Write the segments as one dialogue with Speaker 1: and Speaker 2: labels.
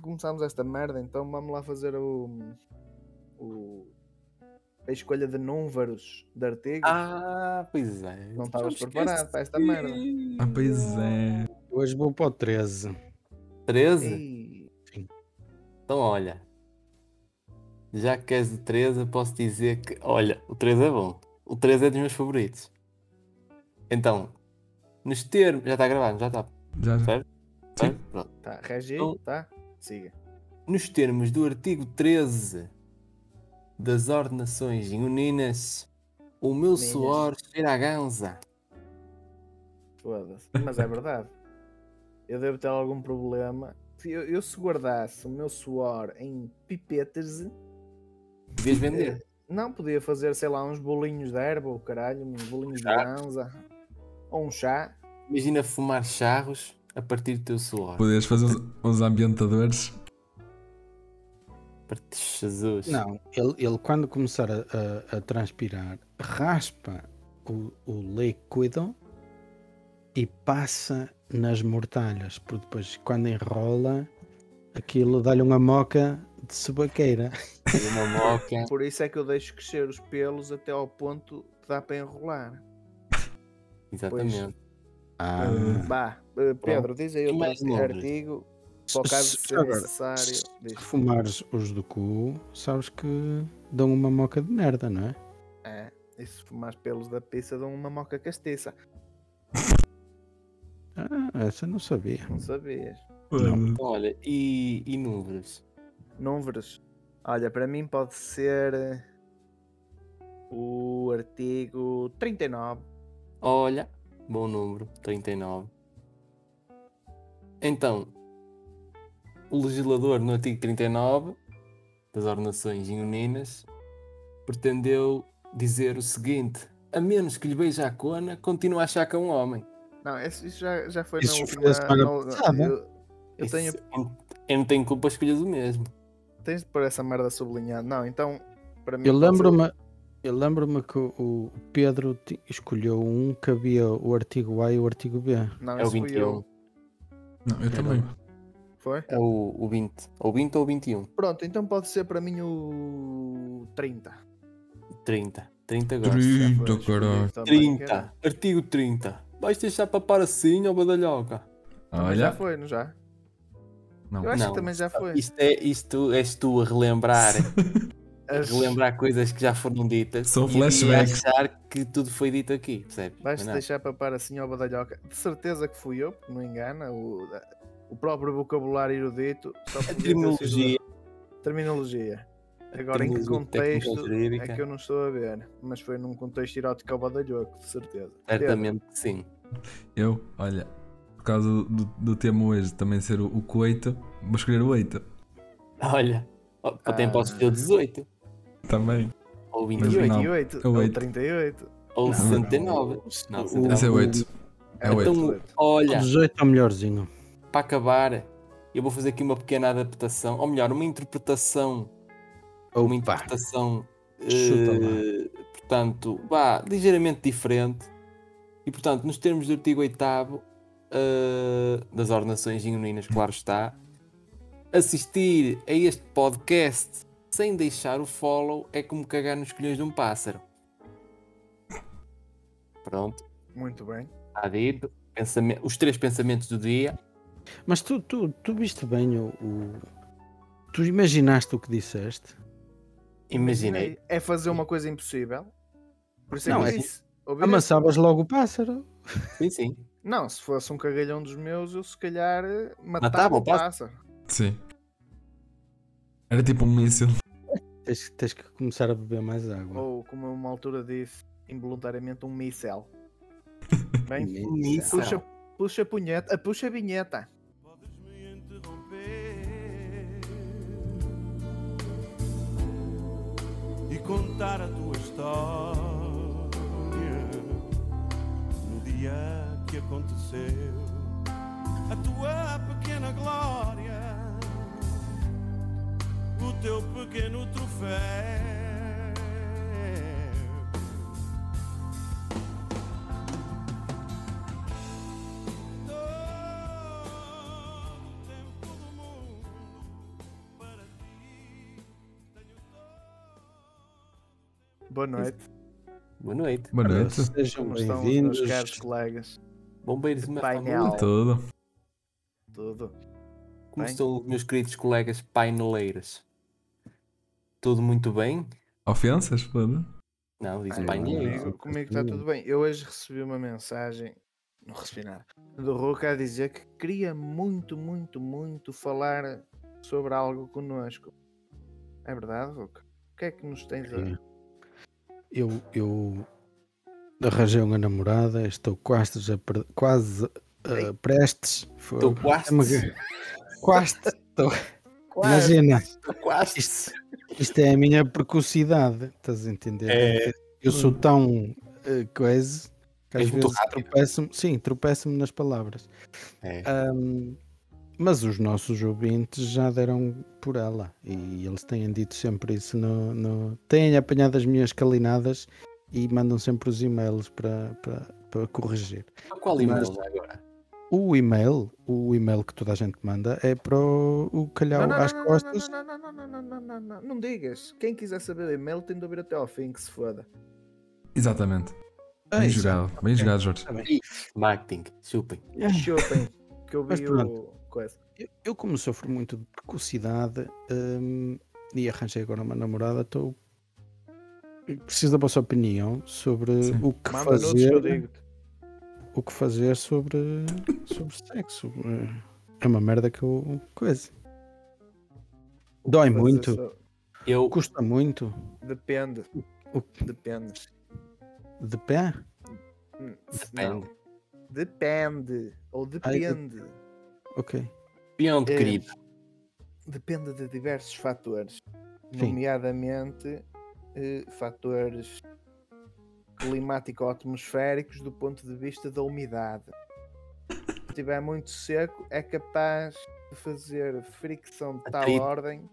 Speaker 1: começámos esta merda, então vamos lá fazer o. o a escolha de números de artigos.
Speaker 2: Ah, pois é.
Speaker 1: não estavas preparado para esta merda.
Speaker 3: Ah, pois é.
Speaker 4: Hoje vou para o 13.
Speaker 2: 13?
Speaker 1: Ih,
Speaker 2: Então olha. Já que és de 13, posso dizer que. Olha, o 13 é bom. O 13 é dos meus favoritos. Então, nos termos. Já está gravado, já está.
Speaker 3: Já,
Speaker 2: Tá?
Speaker 3: já. Sim.
Speaker 2: Pronto.
Speaker 1: tá, Regi,
Speaker 2: Então-
Speaker 1: tá? Siga.
Speaker 2: nos termos do artigo 13 das ordenações juninas, o meu
Speaker 1: Meninas.
Speaker 2: suor cheira a ganza.
Speaker 1: Foda-se. Mas é verdade. Eu devo ter algum problema. Se eu, eu se guardasse o meu suor em pipetas,
Speaker 2: Devias vender.
Speaker 1: não podia fazer, sei lá, uns bolinhos de erva ou caralho, uns bolinhos de
Speaker 2: Chá.
Speaker 1: ganza ou um chá.
Speaker 2: Imagina fumar charros a partir do teu suor.
Speaker 3: Podias fazer uns, uns ambientadores.
Speaker 2: Parti- Jesus.
Speaker 4: Não, ele, ele quando começar a, a- a transpirar, raspa o, o líquido e passa nas mortalhas, porque depois quando enrola, aquilo dá-lhe uma moca de subaqueira.
Speaker 2: Fazer Uma moca.
Speaker 1: Por isso é que eu deixo crescer os pelos até ao ponto que dá para enrolar.
Speaker 2: Exatamente.
Speaker 4: Ah,
Speaker 1: Bah, eh, Pedro, diz aí outro
Speaker 2: Mais números.
Speaker 1: artigo, para o caso de ser
Speaker 4: agora,
Speaker 1: necessário.
Speaker 4: se
Speaker 1: Diz,
Speaker 4: fumares os do cu, sabes que dão uma moca de merda, não é?
Speaker 1: é, e se fumares pelos da pizza dão uma moca castiça.
Speaker 4: Ah, essa eu não sabia.
Speaker 1: Não sabias?
Speaker 3: Foda-se.
Speaker 2: Então, olha, e, e números?
Speaker 1: Números. Olha, para mim pode ser eh, o artigo 39.
Speaker 2: Olha, bom número, 39. Então, o legislador no artigo 39 das ordenações juninas pretendeu dizer o seguinte: a menos que lhe beije a cona, continua a achar que é um homem.
Speaker 1: Não, esse- isso já, já foi
Speaker 4: Isso
Speaker 1: na
Speaker 4: foi
Speaker 1: última.
Speaker 4: a semana
Speaker 1: na-
Speaker 4: passada. é?
Speaker 1: eu, eu tenho.
Speaker 2: Isso- eu não tenho culpa, escolhas o mesmo.
Speaker 1: Tens de pôr essa merda sublinhada. Não, então, para mim.
Speaker 4: Eu
Speaker 1: pode ser-
Speaker 4: lembro-me eu lembro-me que o o Pedro ti- escolheu um que havia o artigo A e o um. artigo B.
Speaker 1: Não,
Speaker 2: É o
Speaker 1: esse fui
Speaker 2: 21.
Speaker 1: eu.
Speaker 3: Não, eu também.
Speaker 1: Foi?
Speaker 2: É o, o 20. Ou 20 ou 21.
Speaker 1: Pronto, então pode ser para mim o 30.
Speaker 2: 30. 30 agora.
Speaker 1: Pois,
Speaker 3: 30,
Speaker 1: por
Speaker 3: caralho.
Speaker 1: isso também,
Speaker 2: 30.
Speaker 1: caralho.
Speaker 2: Artigo 30. Vais deixar papar assim, ó badalhoca.
Speaker 1: Mas Já
Speaker 3: Ah, Olha.
Speaker 1: foi, não já?
Speaker 3: Não.
Speaker 1: Eu acho
Speaker 2: Não,
Speaker 1: que também já foi.
Speaker 2: Isto, é, isto és tu a relembrar,
Speaker 1: As-
Speaker 2: relembrar coisas que já foram ditas
Speaker 3: São
Speaker 2: e-
Speaker 3: flashbacks.
Speaker 2: e achar que tudo foi dito aqui, percebes?
Speaker 1: Vais-te
Speaker 2: Mas não. é?
Speaker 1: deixar papar assim ao badalhoca. De certeza que fui eu, porque não engana. O, o próprio vocabulário erudito. Só
Speaker 2: A
Speaker 1: podia ter
Speaker 2: terminologia,
Speaker 1: sido- Terminologia. Agora, em que
Speaker 2: terminologia
Speaker 1: contexto
Speaker 2: técnica,
Speaker 1: é que eu não estou a ver? Mas foi num contexto erótico ao badalhoco, de certeza.
Speaker 2: certamente que sim.
Speaker 3: Eu, olha, por causa do, do tema hoje também ser o, o coito, vou escolher o oito.
Speaker 2: Olha, oh, até
Speaker 1: Ah.
Speaker 2: posso ter 18,
Speaker 3: Também.
Speaker 2: ou
Speaker 1: Pedro,
Speaker 3: Mas
Speaker 2: 28,
Speaker 3: não.
Speaker 1: 28,
Speaker 3: é o
Speaker 1: ou
Speaker 3: oito.
Speaker 1: 38.
Speaker 2: ou
Speaker 3: Não,
Speaker 2: 69. Não,
Speaker 4: O-
Speaker 3: Esse é o
Speaker 4: o-
Speaker 3: 8. É o
Speaker 1: oito,
Speaker 3: oito.
Speaker 2: Então,
Speaker 1: oito.
Speaker 2: olha,
Speaker 4: 18 é o melhorzinho.
Speaker 2: para acabar, eu vou fazer aqui uma pequena adaptação, ou melhor, uma interpretação
Speaker 4: É
Speaker 2: uma
Speaker 4: Opa,
Speaker 2: interpretação eh,
Speaker 4: Chuta
Speaker 2: portanto, vá, ligeiramente diferente. E portanto, nos termos do artigo 8 das ordenações genuínas, claro está, assistir a este podcast sem deixar o follow é como cagar nos colhões de um pássaro. Pronto,
Speaker 1: Muito bem.
Speaker 2: está dito. Pensame- os três pensamentos do dia.
Speaker 4: mas tu, tu, tu viste bem o, o- Tu imaginaste o que disseste?
Speaker 2: Imaginei.
Speaker 1: É fazer uma coisa impossível. Por isso é
Speaker 4: Não,
Speaker 1: que
Speaker 4: é
Speaker 1: eu
Speaker 2: assim.
Speaker 1: disse.
Speaker 3: Ah,
Speaker 1: obedece.
Speaker 4: Amassavas logo o pássaro?
Speaker 2: Sim, sim.
Speaker 1: Não, se fosse um cagalhão dos meus, eu se calhar eh, matava,
Speaker 2: Matava
Speaker 1: o
Speaker 2: o
Speaker 1: pássaro.
Speaker 3: Sim. Era tipo um míssil.
Speaker 4: Tens, tens que começar a beber mais água.
Speaker 1: Ou, como eu uma altura disse, involuntariamente, um míssel. Bem,
Speaker 4: Ninguém-
Speaker 2: Isso.
Speaker 1: puxa, puxa a punheta, ah, puxa a vinheta.
Speaker 5: Podes me interromper e contar a tua história no dia que aconteceu a tua pequena glória, o teu pequeno troféu. todo o tempo do mundo
Speaker 1: Boa noite.
Speaker 2: Boa noite.
Speaker 3: Boa noite.
Speaker 4: Sejam
Speaker 1: Como estão os meus caros
Speaker 4: bem-vindos.
Speaker 1: colegas?
Speaker 2: Bombeiros de
Speaker 1: Painel.
Speaker 2: Mafamor.
Speaker 3: Tudo.
Speaker 1: Tudo.
Speaker 2: Como
Speaker 1: Bem.
Speaker 2: estão meus queridos colegas paineleiras? Tudo muito bem?
Speaker 3: Ofensas, foda.
Speaker 2: Não, diz
Speaker 1: Ah,
Speaker 2: paineleiros.
Speaker 1: comigo, comigo está tudo bem. Eu hoje recebi uma mensagem, não recebi nada, do Ruca a dizer que queria muito, muito, muito falar sobre algo connosco. É verdade, Ruca? O que é que nos tens a.
Speaker 4: Eu, eu arranjei uma namorada, estou quase a per- quase uh, prestes. Foi-
Speaker 2: Estou quase.
Speaker 4: Chama- Quase. Estou- Imagina,
Speaker 2: Estou quase.
Speaker 4: isto, isto é a minha precocidade, estás a entender?
Speaker 2: É.
Speaker 4: Eu sou tão uh, coisa que às
Speaker 2: És muito
Speaker 4: vezes
Speaker 2: rápido.
Speaker 4: tropeço-me, sim, tropeço-me nas palavras.
Speaker 2: É.
Speaker 4: Ahm, mas os nossos ouvintes já deram por ela e eles têm dito sempre isso. No, no- têm apanhado as minhas calinadas e mandam sempre os e-mails para, para, para corrigir.
Speaker 2: Qual e-mail
Speaker 4: Mas-
Speaker 2: já agora?
Speaker 4: O e-mail, o e-mail que toda a gente manda é para o, o calhau às costas. Hum.
Speaker 1: não, não, não, não, não, não, não, não, não digas. Quem quiser saber o e-mail tem de ouvir até ao fim, que se foda.
Speaker 3: Exatamente.
Speaker 4: Ah,
Speaker 3: Bem
Speaker 4: isso.
Speaker 3: jogado. Bem jogado, Jorge.
Speaker 2: Marketing. Chupem.
Speaker 4: Ah.
Speaker 1: Chupem, que eu
Speaker 4: Mas
Speaker 1: vi o.
Speaker 4: pronto.
Speaker 1: Coisa.
Speaker 4: Eu, eu como sofro muito de precocidade hum, e arranjei agora uma namorada, estou. Preciso da vossa opinião sobre
Speaker 3: Sim.
Speaker 4: o que
Speaker 1: Manda-nos um que eu
Speaker 4: fazer,
Speaker 1: digo-te.
Speaker 4: o que fazer sobre, sobre sexo. É- É uma merda que eu. coisa.
Speaker 1: O que
Speaker 4: Dói
Speaker 1: fazer
Speaker 4: muito.
Speaker 1: sobre-
Speaker 2: Eu,
Speaker 4: Custa muito.
Speaker 1: Depende.
Speaker 4: O-
Speaker 1: Depende.
Speaker 4: De pé?
Speaker 1: Hum, não.
Speaker 2: Depende.
Speaker 1: Depende. Ou depende.
Speaker 4: Ok.
Speaker 2: Piante,
Speaker 1: É.
Speaker 2: querido.
Speaker 1: Depende de diversos fatores.
Speaker 4: Sim.
Speaker 1: Nomeadamente eh, fatores climático-atmosféricos do ponto de vista da umidade. Se estiver muito seco, é capaz de fazer fricção de tal
Speaker 2: Atrito.
Speaker 1: ordem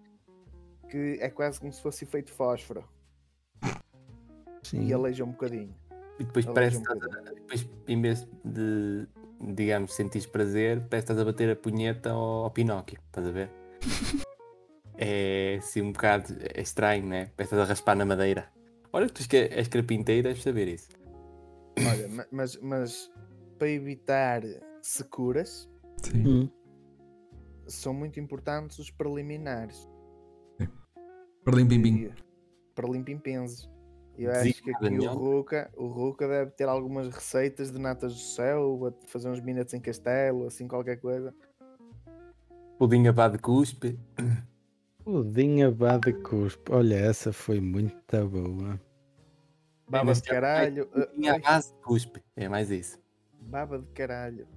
Speaker 1: que é quase como se fosse efeito fósforo
Speaker 4: Sim.
Speaker 1: e aleija um bocadinho.
Speaker 2: E depois
Speaker 1: Aleija
Speaker 2: parece
Speaker 1: um
Speaker 2: que estás a-
Speaker 1: bocadinho.
Speaker 2: depois, em vez de, digamos, sentires prazer, parece que estás a bater a punheta ao, ao Pinóquio, estás a ver? é assim um bocado é estranho, né? Parece que estás a raspar na madeira. Olha, tu és que és carpinteiro, deves saber isso.
Speaker 1: Olha, ma- mas, mas para evitar securas,
Speaker 3: Sim.
Speaker 4: Hum.
Speaker 1: são muito importantes os preliminares.
Speaker 3: Perlim Bim Bim.
Speaker 1: E- Para limpimpenses. Eu acho que aqui o
Speaker 2: Designadamente.
Speaker 1: Ruca, o Ruca deve ter algumas receitas de natas do céu, a fazer uns minutos em castelo, assim qualquer coisa.
Speaker 2: Pudim a pá de cuspe.
Speaker 4: Pudim abada cuspe. Olha, essa foi muito boa.
Speaker 1: Baba
Speaker 2: mas
Speaker 1: de
Speaker 2: já-
Speaker 1: caralho. ah,
Speaker 2: Pudim à
Speaker 1: ai,
Speaker 2: base de cuspe. É mais isso.
Speaker 1: Baba de caralho.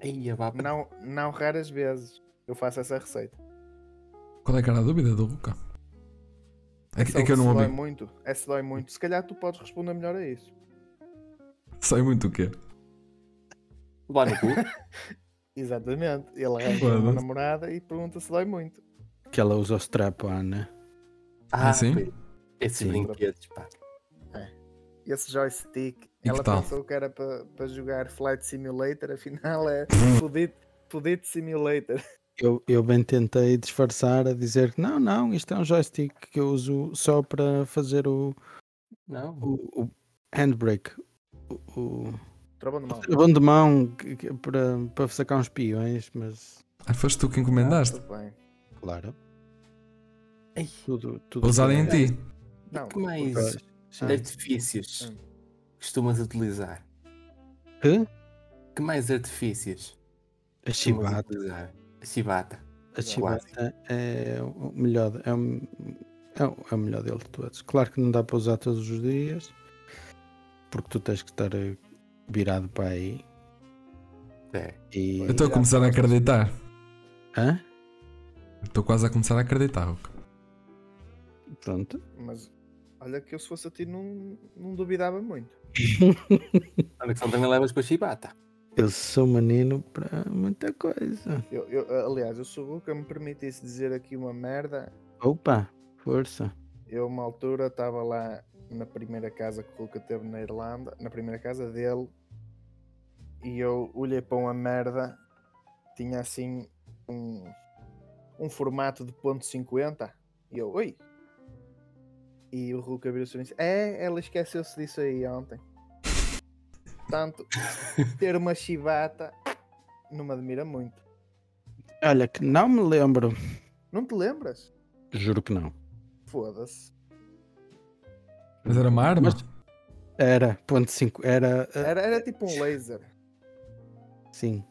Speaker 2: Ei, a baba.
Speaker 1: Não, não raras vezes eu faço essa receita.
Speaker 3: Qual é que era a dúvida do Luca? É, que- é que eu não
Speaker 1: Essa dói
Speaker 3: ouvi.
Speaker 1: muito. Essa dói muito. Se calhar tu podes responder melhor a isso.
Speaker 3: Sei muito o quê?
Speaker 2: Levar no cu.
Speaker 1: Exatamente. Ele arranja uma
Speaker 3: Foda-se.
Speaker 1: namorada e pergunta se dói muito.
Speaker 4: Que ela usa o strap-on, né?
Speaker 2: Ah,
Speaker 3: sim?
Speaker 2: pois. Esses
Speaker 4: Sim.
Speaker 2: brinquedos, pá.
Speaker 1: esse joystick.
Speaker 3: E
Speaker 1: ela
Speaker 3: que tal?
Speaker 1: pensou que era para jogar Flight Simulator, afinal é Fudit, Fudit Simulator.
Speaker 4: Eu, eu bem tentei disfarçar a dizer que não, não, isto é um joystick que eu uso só para fazer o,
Speaker 2: Não.
Speaker 1: Hum.
Speaker 4: o, o handbrake, o, o
Speaker 1: Trova de mão.
Speaker 4: travão de mão que- que- para, para sacar uns peões, mas
Speaker 3: Ah, foste tu que encomendaste.
Speaker 1: Tudo bem.
Speaker 4: claro,
Speaker 2: Ei,
Speaker 4: tudo. tudo Ah,
Speaker 3: Ousado em
Speaker 4: tudo-
Speaker 3: ti.
Speaker 1: Não,
Speaker 2: que mais
Speaker 4: Pois, sim.
Speaker 2: artifícios
Speaker 1: Hum.
Speaker 2: costumas utilizar?
Speaker 4: Que?
Speaker 2: Que mais artifícios?
Speaker 4: A chibata,
Speaker 2: A chibata.
Speaker 4: a chibata é o melhor, é o, é o, é o melhor dele de todos. Claro que não dá para usar todos os dias, porque tu tens que estar eh, virado para aí.
Speaker 2: É.
Speaker 4: E...
Speaker 3: Eu estou a começar a acreditar.
Speaker 4: Hã?
Speaker 3: Estou quase a começar a acreditar, Luca.
Speaker 4: Pronto.
Speaker 1: mas olha que eu se fosse a ti não, não duvidava muito.
Speaker 2: Olha que só também levas com a chibata.
Speaker 4: Eu sou menino para muita coisa.
Speaker 1: Eu, eu- aliás, eu sou o que me permitisse dizer aqui uma merda.
Speaker 4: Opa, força.
Speaker 1: Eu, uma altura, estava lá na primeira casa que o Luca teve na Irlanda, na primeira casa dele, e eu olhei para uma merda, tinha assim um, um formato de ponto .50, e eu, oi, E o Hulk abriu-se e disse: É, ela esqueceu-se disso aí ontem. Portanto, ter uma chibata não me admira muito.
Speaker 4: Olha, que não me lembro.
Speaker 1: Não te lembras?
Speaker 4: Juro que não.
Speaker 1: Foda-se.
Speaker 3: Mas era uma arma?
Speaker 4: Mas- Era ponto 5. Era. uh,
Speaker 1: Era, era tipo um laser.
Speaker 4: sim.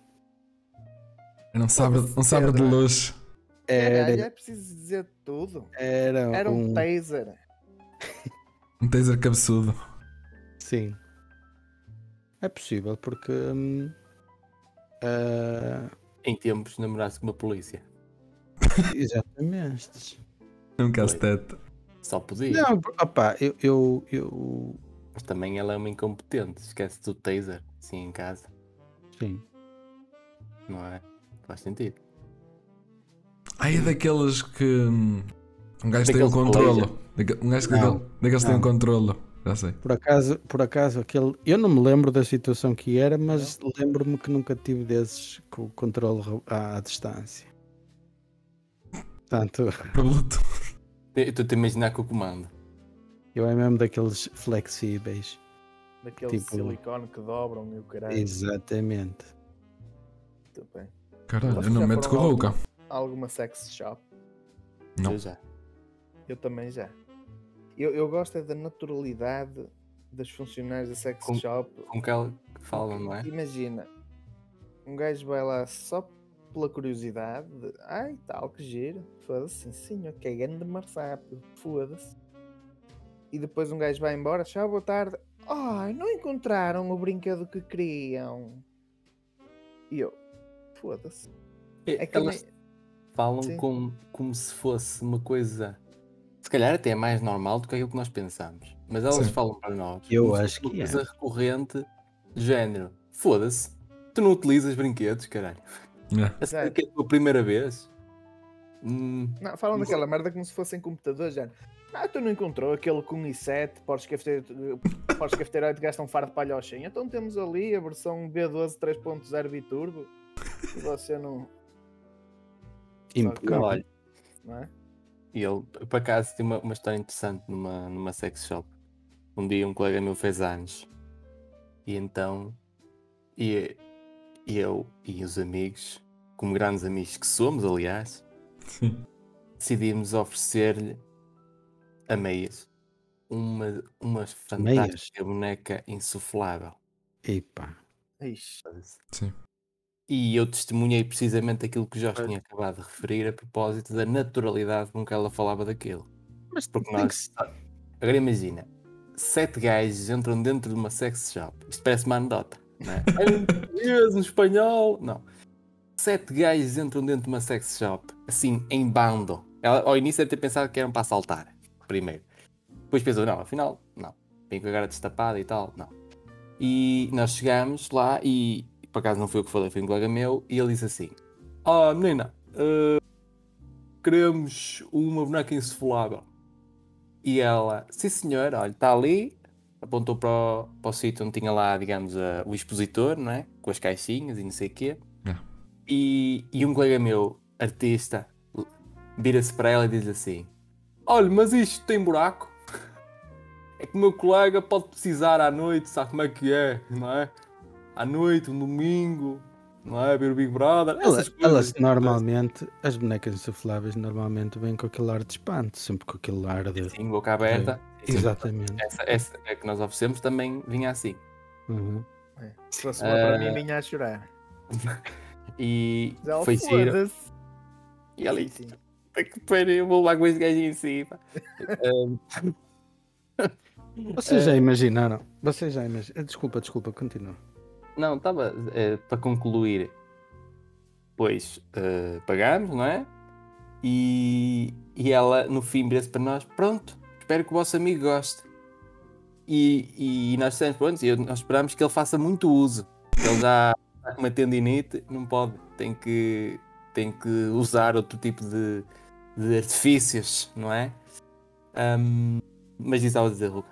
Speaker 3: Era um sabre, um
Speaker 4: é
Speaker 3: sabre de
Speaker 1: Pedra.
Speaker 3: luz.
Speaker 1: Caralho,
Speaker 4: Era,
Speaker 1: é preciso dizer tudo.
Speaker 4: era,
Speaker 1: Era um
Speaker 4: um.
Speaker 1: taser.
Speaker 3: Um taser cabeçudo.
Speaker 4: Sim. É possível, porque. hum, uh,
Speaker 2: Em tempos namorasse com uma polícia.
Speaker 4: exatamente.
Speaker 3: Um castete.
Speaker 2: Só podia.
Speaker 4: Não, opá, eu, eu, eu.
Speaker 2: Mas também ela é uma incompetente. Esquece do taser, assim em casa,
Speaker 4: Sim.
Speaker 2: não é? Faz sentido.
Speaker 3: Ai, é daqueles que. hum, Um gajo tem o
Speaker 2: Daqueles
Speaker 3: controlo. Daque- Um gajo que
Speaker 4: Não.
Speaker 3: daquele- daqueles tem o
Speaker 4: Não.
Speaker 3: controlo. Já sei.
Speaker 4: Por acaso, por acaso, aquele. Eu não me lembro da situação que era, mas lembro-me que nunca tive desses com o controle re- à, à distância. Portanto,
Speaker 3: Para Bluetooth.
Speaker 2: Eu estou-te a imaginar com o comando.
Speaker 4: eu é mesmo daqueles flexíveis.
Speaker 1: Daquele
Speaker 4: Tipo-
Speaker 1: silicone que dobram e o
Speaker 2: É.
Speaker 1: caralho.
Speaker 4: Exatamente.
Speaker 1: Muito bem.
Speaker 3: Caralho,
Speaker 1: Vocês
Speaker 3: eu não
Speaker 1: já
Speaker 3: me meto com
Speaker 1: foram
Speaker 3: a
Speaker 1: ao-
Speaker 3: rouca.
Speaker 1: Alguma sex shop.
Speaker 3: Não.
Speaker 2: Eu já.
Speaker 1: Eu também já. Eu, eu gosto é da naturalidade das funcionários da sex
Speaker 2: Com-
Speaker 1: shop.
Speaker 2: Com que ela que fala, não
Speaker 4: né?
Speaker 2: é?
Speaker 1: Imagina, um gajo vai lá só pela curiosidade. de, Ai, tal, que giro. Foda-se, sim, senhor, que é grande marsápio. Foda-se. E depois um gajo vai embora. Tchau, boa tarde. Ai, não encontraram o brinquedo que queriam. E eu, foda-se. É que
Speaker 2: Elas
Speaker 1: nem-
Speaker 2: falam
Speaker 1: Sim.
Speaker 2: como, como se fosse uma coisa. Se calhar até é mais normal do que aquilo que nós pensamos. Mas elas
Speaker 3: Sim.
Speaker 2: falam para nós.
Speaker 4: Eu
Speaker 2: como se
Speaker 4: acho
Speaker 2: fosse uma
Speaker 4: que é.
Speaker 2: coisa recorrente, de género. Foda-se. Tu não utilizas brinquedos, caralho.
Speaker 3: É.
Speaker 2: A sério
Speaker 1: Exato.
Speaker 2: que é a tua primeira vez? Hum,
Speaker 1: Não, falam
Speaker 2: Mas-
Speaker 1: daquela merda como se fossem computadores, já. Ah, tu não encontrou aquele com i7, podes cafeteiro, podes cafeteiro 8 gasta um fardo de palha ao 100. Então temos ali a versão B12 3.0 biturbo. E você não,
Speaker 4: Impecável.
Speaker 2: olha,
Speaker 1: não é?
Speaker 2: E ele, por acaso, tem uma, uma história interessante numa, numa sex shop. Um dia um colega meu fez anos. E então, e, e eu e os amigos, como grandes amigos que somos, aliás,
Speaker 3: Sim.
Speaker 2: decidimos oferecer-lhe a meias uma, uma fantástica boneca insuflável.
Speaker 4: Epá.
Speaker 1: Ixi,
Speaker 2: E eu testemunhei precisamente aquilo que o Jorge tinha acabado de referir a propósito da naturalidade com que ela falava daquilo.
Speaker 4: Mas
Speaker 2: Porque
Speaker 4: tem que
Speaker 2: nós. Agora imagina, sete gajos entram dentro de uma sex shop. Isto parece uma anedota, não é? Ai, meu Deus, um espanhol! Não. Sete gajos entram dentro de uma sex shop, assim, em bando. Ela, ao início até pensava que eram para assaltar, primeiro. Depois pensou, não, afinal, não. Vem com a cara destapada e tal, não. E nós chegámos lá e, por acaso não foi o que falei, foi um colega meu, e ele disse assim: Ah, menina, eh, queremos uma boneca insuflável. E ela, sim senhor, olha, está ali, apontou para o, para o sítio onde tinha lá, digamos, a- o expositor, não é? Com as caixinhas e não sei o quê.
Speaker 3: É.
Speaker 2: E, e um colega meu, artista, vira-se para ela e diz assim: Olha, mas isto tem buraco. É que o meu colega pode precisar à noite, sabe como é que é, não é? À noite, um domingo, não é? Ver o Big Brother.
Speaker 4: Elas,
Speaker 2: essas coisas.
Speaker 4: elas normalmente, as bonecas insufláveis normalmente vêm com aquele ar de espanto, sempre com aquele ar de.
Speaker 2: Sim, boca aberta. Sim.
Speaker 4: Exatamente.
Speaker 2: Essa, essa é que nós oferecemos também vinha assim.
Speaker 4: Uhum.
Speaker 1: se fosse uma para
Speaker 2: Eh,
Speaker 1: mim, vinha a chorar.
Speaker 2: E
Speaker 1: Mas ela,
Speaker 2: foi giro.
Speaker 1: foda-se.
Speaker 2: E ela disse:
Speaker 1: Sim.
Speaker 2: "Puta que pariu, eu vou lá com esse gajo em cima. É.
Speaker 4: Vocês já imaginaram? Vocês já imaginaram? Desculpa, desculpa, continua.
Speaker 2: Não, estava para concluir. Pois eh, pagámos, não é? E, e ela no fim vira-se para nós: Pronto, espero que o vosso amigo goste. E, e nós dissemos: Pronto, e eu- nós esperamos que ele faça muito uso. Ele já está com uma tendinite, não pode, tem que, tem que usar outro tipo de, de artifícios, não é? Ahm, mas isso estava a dizer, Ruca.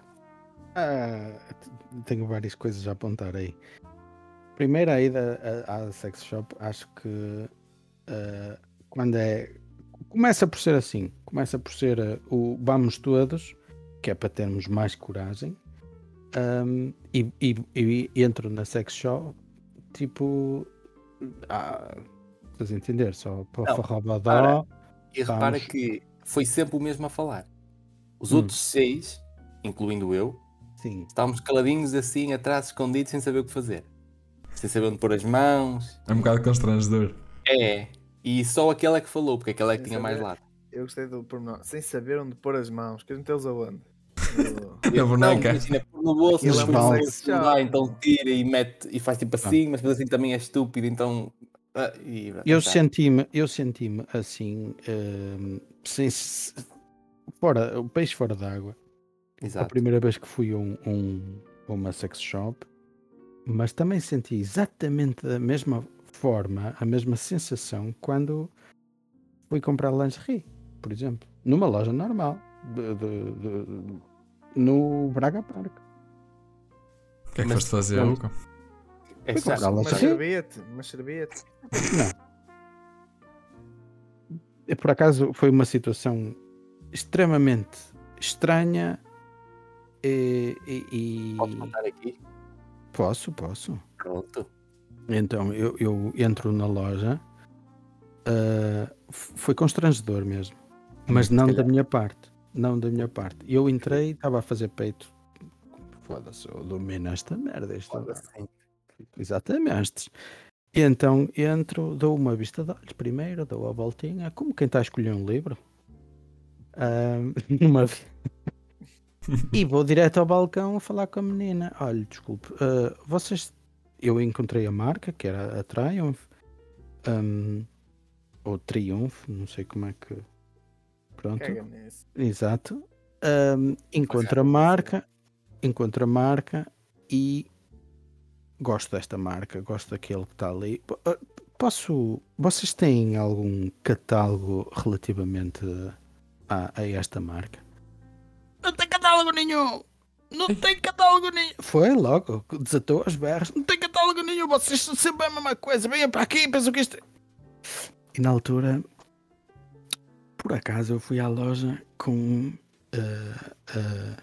Speaker 4: Ah, t- tenho várias coisas a apontar aí. Primeiro, a ida à à sex shop, acho que ah, quando é. Começa por ser assim, começa por ser ah, o vamos todos que é para termos mais coragem, ahm, e, e- e entro na sex shop, tipo. Ah, estás a entender? Só para
Speaker 2: Não,
Speaker 4: farrobadó.
Speaker 2: E
Speaker 4: Vamos.
Speaker 2: repara que foi sempre o mesmo a falar. Os
Speaker 4: Hum.
Speaker 2: outros seis, incluindo eu,
Speaker 4: Sim.
Speaker 2: estávamos caladinhos assim, atrás, escondidos, sem saber o que fazer. Sem saber onde pôr as mãos.
Speaker 3: É um bocado constrangedor.
Speaker 2: É. E só aquela é que falou, porque aquela é que
Speaker 1: Sem
Speaker 2: tinha mais
Speaker 1: saber.
Speaker 2: lata.
Speaker 1: Eu gostei do pormenor. Sem saber onde pôr as mãos. Querem tê-los aonde? No-
Speaker 2: Eu,
Speaker 3: boneca.
Speaker 2: Não, imagina, pôr no bolso,
Speaker 1: Aquilo
Speaker 4: é
Speaker 2: depois
Speaker 4: uma
Speaker 2: no bolso,
Speaker 1: sex shop.
Speaker 2: vai, então tira e mete e faz tipo assim, mas depois assim também é estúpido, então. ah, e-
Speaker 4: Eu
Speaker 2: tá.
Speaker 4: senti-me, eu senti-me assim, ahm, sem se- fora, o peixe fora d'água. A
Speaker 2: Exato.
Speaker 4: primeira vez que fui a um, um- a uma sex shop, mas também senti exatamente da mesma forma, a mesma sensação quando fui comprar lingerie, por exemplo, numa loja normal, de- de- de- no Braga Park.
Speaker 3: O que é que
Speaker 2: Mas-
Speaker 3: foste fazer,
Speaker 4: Vamos.
Speaker 3: Hugo?
Speaker 2: É
Speaker 4: Fui
Speaker 2: chato.
Speaker 4: comprar
Speaker 1: Uma
Speaker 4: lingerie.
Speaker 1: sorvete, uma sorvete.
Speaker 4: Eh, por acaso foi uma situação extremamente estranha e, e- e-
Speaker 2: Podes contar aqui?
Speaker 4: posso, posso.
Speaker 2: Pronto.
Speaker 4: Então eu, eu entro na loja, ah, f- foi constrangedor mesmo, mas
Speaker 2: Hum, se
Speaker 4: não da
Speaker 2: calhar.
Speaker 4: minha parte, não da minha parte. Eu entrei, estava a fazer peito, foda-se, eu domino esta merda, isto- Exatamente. E então entro, dou uma vista de olhos primeiro, dou a voltinha, é como quem está a escolher um livro. Ahm, uma vi- e vou direto ao balcão falar com a menina. Olha, desculpe, ah, vocês. Eu encontrei a marca, que era a Triumph, ahm, ou Triumph, não sei como é que. Pronto.
Speaker 1: Caga nisso.
Speaker 4: Exato. Ahm, encontro a marca, encontro a marca e gosto desta marca, gosto daquele que está ali. P- ah, Posso. Vocês têm algum catálogo relativamente a, a esta marca? Não tem catálogo nenhum! Não tem catálogo nenhum! Foi logo, desatou as berras. Não tem catálogo nenhum, vocês são sempre a mesma coisa. Venham para aqui, pensam que isto. é- E na altura por acaso eu fui à loja com um eh, eh,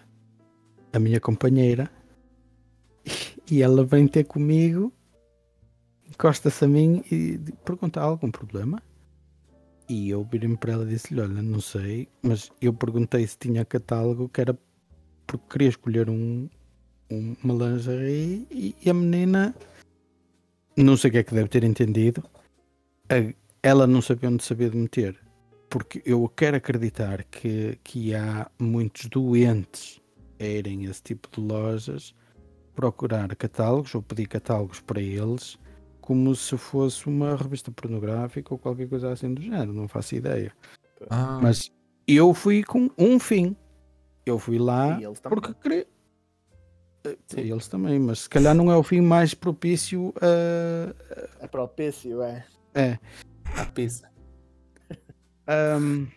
Speaker 4: a minha companheira e ela vem ter comigo, encosta-se a mim e d- pergunta algum problema. E eu virei-me para ela e disse-lhe: Olha, não sei, mas eu perguntei se tinha catálogo, que era porque queria escolher um, um- uma lingerie e, e a menina, não sei o que é que deve ter entendido, a- ela não sabia onde sabia de meter porque eu quero acreditar que, que há muitos doentes a irem a esse tipo de lojas procurar catálogos ou pedir catálogos para eles como se fosse uma revista pornográfica ou qualquer coisa assim do género, não faço ideia.
Speaker 3: Ah,
Speaker 4: Mas eu fui com um fim. Eu fui lá
Speaker 1: E eles também.
Speaker 4: Ah, porque queria. Eh, Eles também, mas se calhar não é o fim mais propício a.
Speaker 1: É propício, é.
Speaker 4: É,
Speaker 2: À pizza.
Speaker 4: Ahm,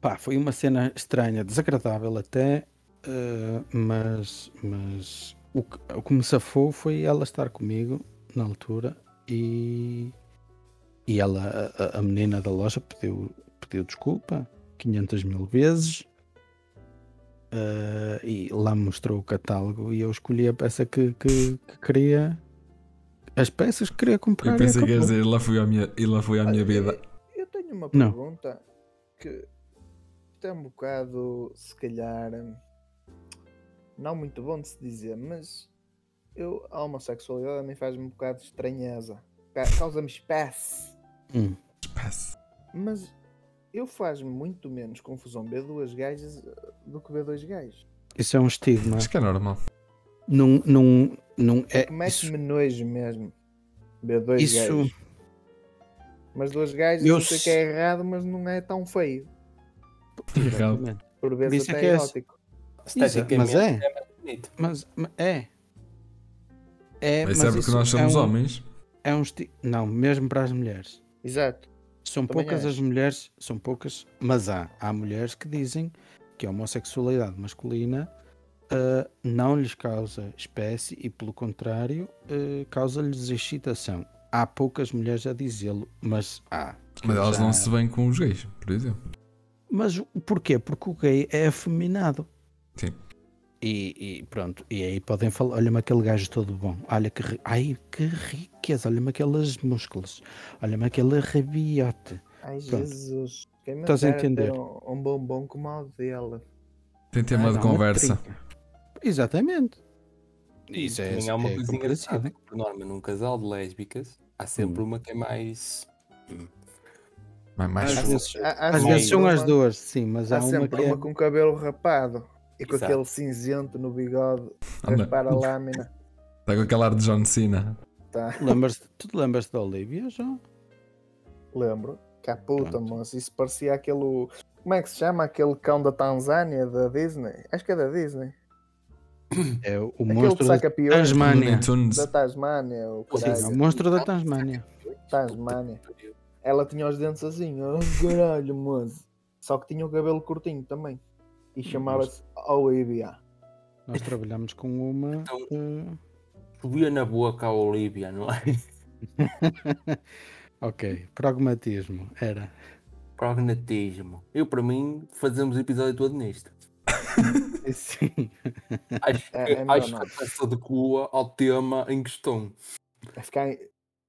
Speaker 4: pá, foi uma cena estranha, desagradável até, ah, mas, mas o, que, o que me safou foi ela estar comigo na altura e, e ela, a- a, a menina da loja, pediu, pediu desculpa 500 mil vezes ah, e lá me mostrou o catálogo e eu escolhi a peça que, que- que queria, as peças que queria comprar.
Speaker 3: eu
Speaker 4: e
Speaker 3: pensei que ias
Speaker 4: acabou.
Speaker 3: dizer, lá foi a minha, e lá foi a minha
Speaker 1: Olha,
Speaker 3: vida.
Speaker 1: Eu tenho uma
Speaker 4: Não.
Speaker 1: pergunta que está um bocado, se calhar, não muito bom de se dizer, mas eu, a homossexualidade a mim faz-me um bocado de estranheza. Ca- Causa-me espécie.
Speaker 4: Hum,
Speaker 3: Espécie.
Speaker 1: Mas eu faz-me muito menos confusão ver duas gajas eh, do que ver dois gajos.
Speaker 4: isso é um estigma.
Speaker 3: Acho que é normal.
Speaker 4: Não, não, não é.
Speaker 1: Que
Speaker 4: isso-
Speaker 1: mete-me nojo mesmo. Ver dois
Speaker 4: Isso-
Speaker 1: gajos. Mas dois gajos
Speaker 4: Eu
Speaker 1: eu sei que é errado, mas não é tão feio.
Speaker 3: Errado.
Speaker 1: Por
Speaker 4: Por
Speaker 1: vezes
Speaker 4: isso é
Speaker 1: até
Speaker 4: que é esse-
Speaker 1: erótico.
Speaker 2: Esteticamente
Speaker 4: mas é.
Speaker 2: mais bonito.
Speaker 4: Mas, mas é. É,
Speaker 3: Mas
Speaker 4: mas
Speaker 3: isso é porque nós
Speaker 4: é
Speaker 3: somos
Speaker 4: um-
Speaker 3: homens.
Speaker 4: É um esti- Não, mesmo para as mulheres.
Speaker 1: Exato.
Speaker 4: São
Speaker 1: Também
Speaker 4: poucas
Speaker 1: acho.
Speaker 4: as mulheres, são poucas, mas há. Há mulheres que dizem que a homossexualidade masculina ah, não lhes causa espécie e, pelo contrário, ah, causa-lhes excitação. Há poucas mulheres a dizê-lo, mas há.
Speaker 3: Mas elas
Speaker 4: Já-
Speaker 3: não se vêm com os gays, por exemplo.
Speaker 4: Mas o- porquê? Porque o gay é afeminado.
Speaker 3: Sim.
Speaker 4: E, e pronto, e aí podem falar, olha-me aquele gajo todo bom, olha que, ri- ai, que riqueza, olha-me aqueles músculos, olha-me aquele rabiote.
Speaker 1: Ai,
Speaker 4: Pronto.
Speaker 1: Jesus. Quem me
Speaker 4: Estás a
Speaker 1: dera ter
Speaker 4: entender.
Speaker 1: Um, um bombom como o dele.
Speaker 3: Tem tema
Speaker 4: Ah,
Speaker 3: de
Speaker 4: não,
Speaker 3: conversa.
Speaker 4: trinca. Exatamente. Isso é,
Speaker 2: Também há uma
Speaker 4: é
Speaker 2: coisa
Speaker 4: compreensível.
Speaker 2: engraçada que, por norma, num casal de lésbicas, há sempre
Speaker 4: Hum.
Speaker 2: uma que é mais.
Speaker 3: Mas mais
Speaker 4: Às
Speaker 2: Acho-
Speaker 4: vezes,
Speaker 1: Há- há
Speaker 4: às
Speaker 2: Não,
Speaker 4: vezes são
Speaker 1: sempre
Speaker 4: as
Speaker 1: uma-
Speaker 4: duas, sim, mas há,
Speaker 1: Há
Speaker 4: uma
Speaker 1: sempre
Speaker 4: que é...
Speaker 1: uma com cabelo rapado e com
Speaker 2: Exato.
Speaker 1: aquele cinzento no bigode,
Speaker 3: Anda,
Speaker 1: raspar a lâmina.
Speaker 3: Está com aquele ar de John Cena.
Speaker 1: Tá,
Speaker 4: Lembras tu te lembras da Olivia, João?
Speaker 1: lembro. Que a puta,
Speaker 4: Pronto.
Speaker 1: moço. Isso parecia aquele. Como é que se chama? Aquele cão da Tanzânia, da Disney? Acho que é da Disney.
Speaker 4: É o
Speaker 1: aquele que
Speaker 4: monstro da
Speaker 1: saca piores
Speaker 4: Tasmânia.
Speaker 3: Looney Tunes.
Speaker 1: da Tasmânia. O
Speaker 2: Sim,
Speaker 4: Sim, é
Speaker 1: caralho.
Speaker 4: o monstro da Tasmânia.
Speaker 1: Tasmânia. Ela tinha os dentes assim, oh caralho, moço. Só que tinha o cabelo curtinho também.
Speaker 4: Hum,
Speaker 1: E chamava-se OIBA.
Speaker 4: Nós trabalhamos com uma.
Speaker 2: Então-
Speaker 4: eh,
Speaker 2: Subia na boca a Olivia, não é?
Speaker 4: ok, pragmatismo. Era.
Speaker 2: Prognatismo. Eu, para mim, fazemos o episódio todo nisto.
Speaker 4: Sim.
Speaker 2: Acho que,
Speaker 1: É- é melhor
Speaker 2: acho
Speaker 1: não.
Speaker 2: que se adequa ao tema em questão.
Speaker 1: é Ficar,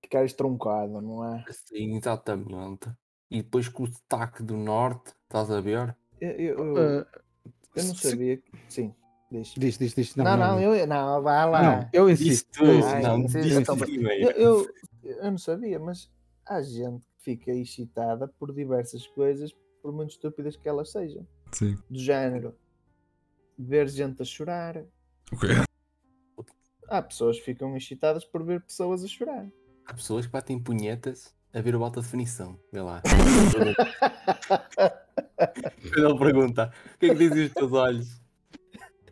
Speaker 1: ficar estroncado, não é?
Speaker 2: Sim, exatamente. E depois com o sotaque do norte, estás a ver?
Speaker 1: Eu, eu- eu-
Speaker 4: Eh,
Speaker 1: eu não
Speaker 4: se-
Speaker 1: sabia. que- Sim, diz.
Speaker 4: diz, diz, diz.
Speaker 1: Não, não, eu, não, vá lá.
Speaker 4: Não, eu
Speaker 2: Disse
Speaker 4: insisto.
Speaker 2: tudo,
Speaker 1: Ai,
Speaker 2: não,
Speaker 1: sim,
Speaker 2: disse
Speaker 1: então,
Speaker 2: tudo
Speaker 1: Eu,
Speaker 2: primeiro.
Speaker 1: eu, eu não sabia, mas há gente que fica excitada por diversas coisas, por muito estúpidas que elas sejam.
Speaker 3: Sim.
Speaker 1: Do género, ver gente a chorar.
Speaker 3: O quê?
Speaker 1: Há pessoas que ficam excitadas por ver pessoas a chorar.
Speaker 2: Há pessoas que batem punhetas a ver o alta definição. Vê lá. Quando ele pergunta, o que é que dizem os teus olhos?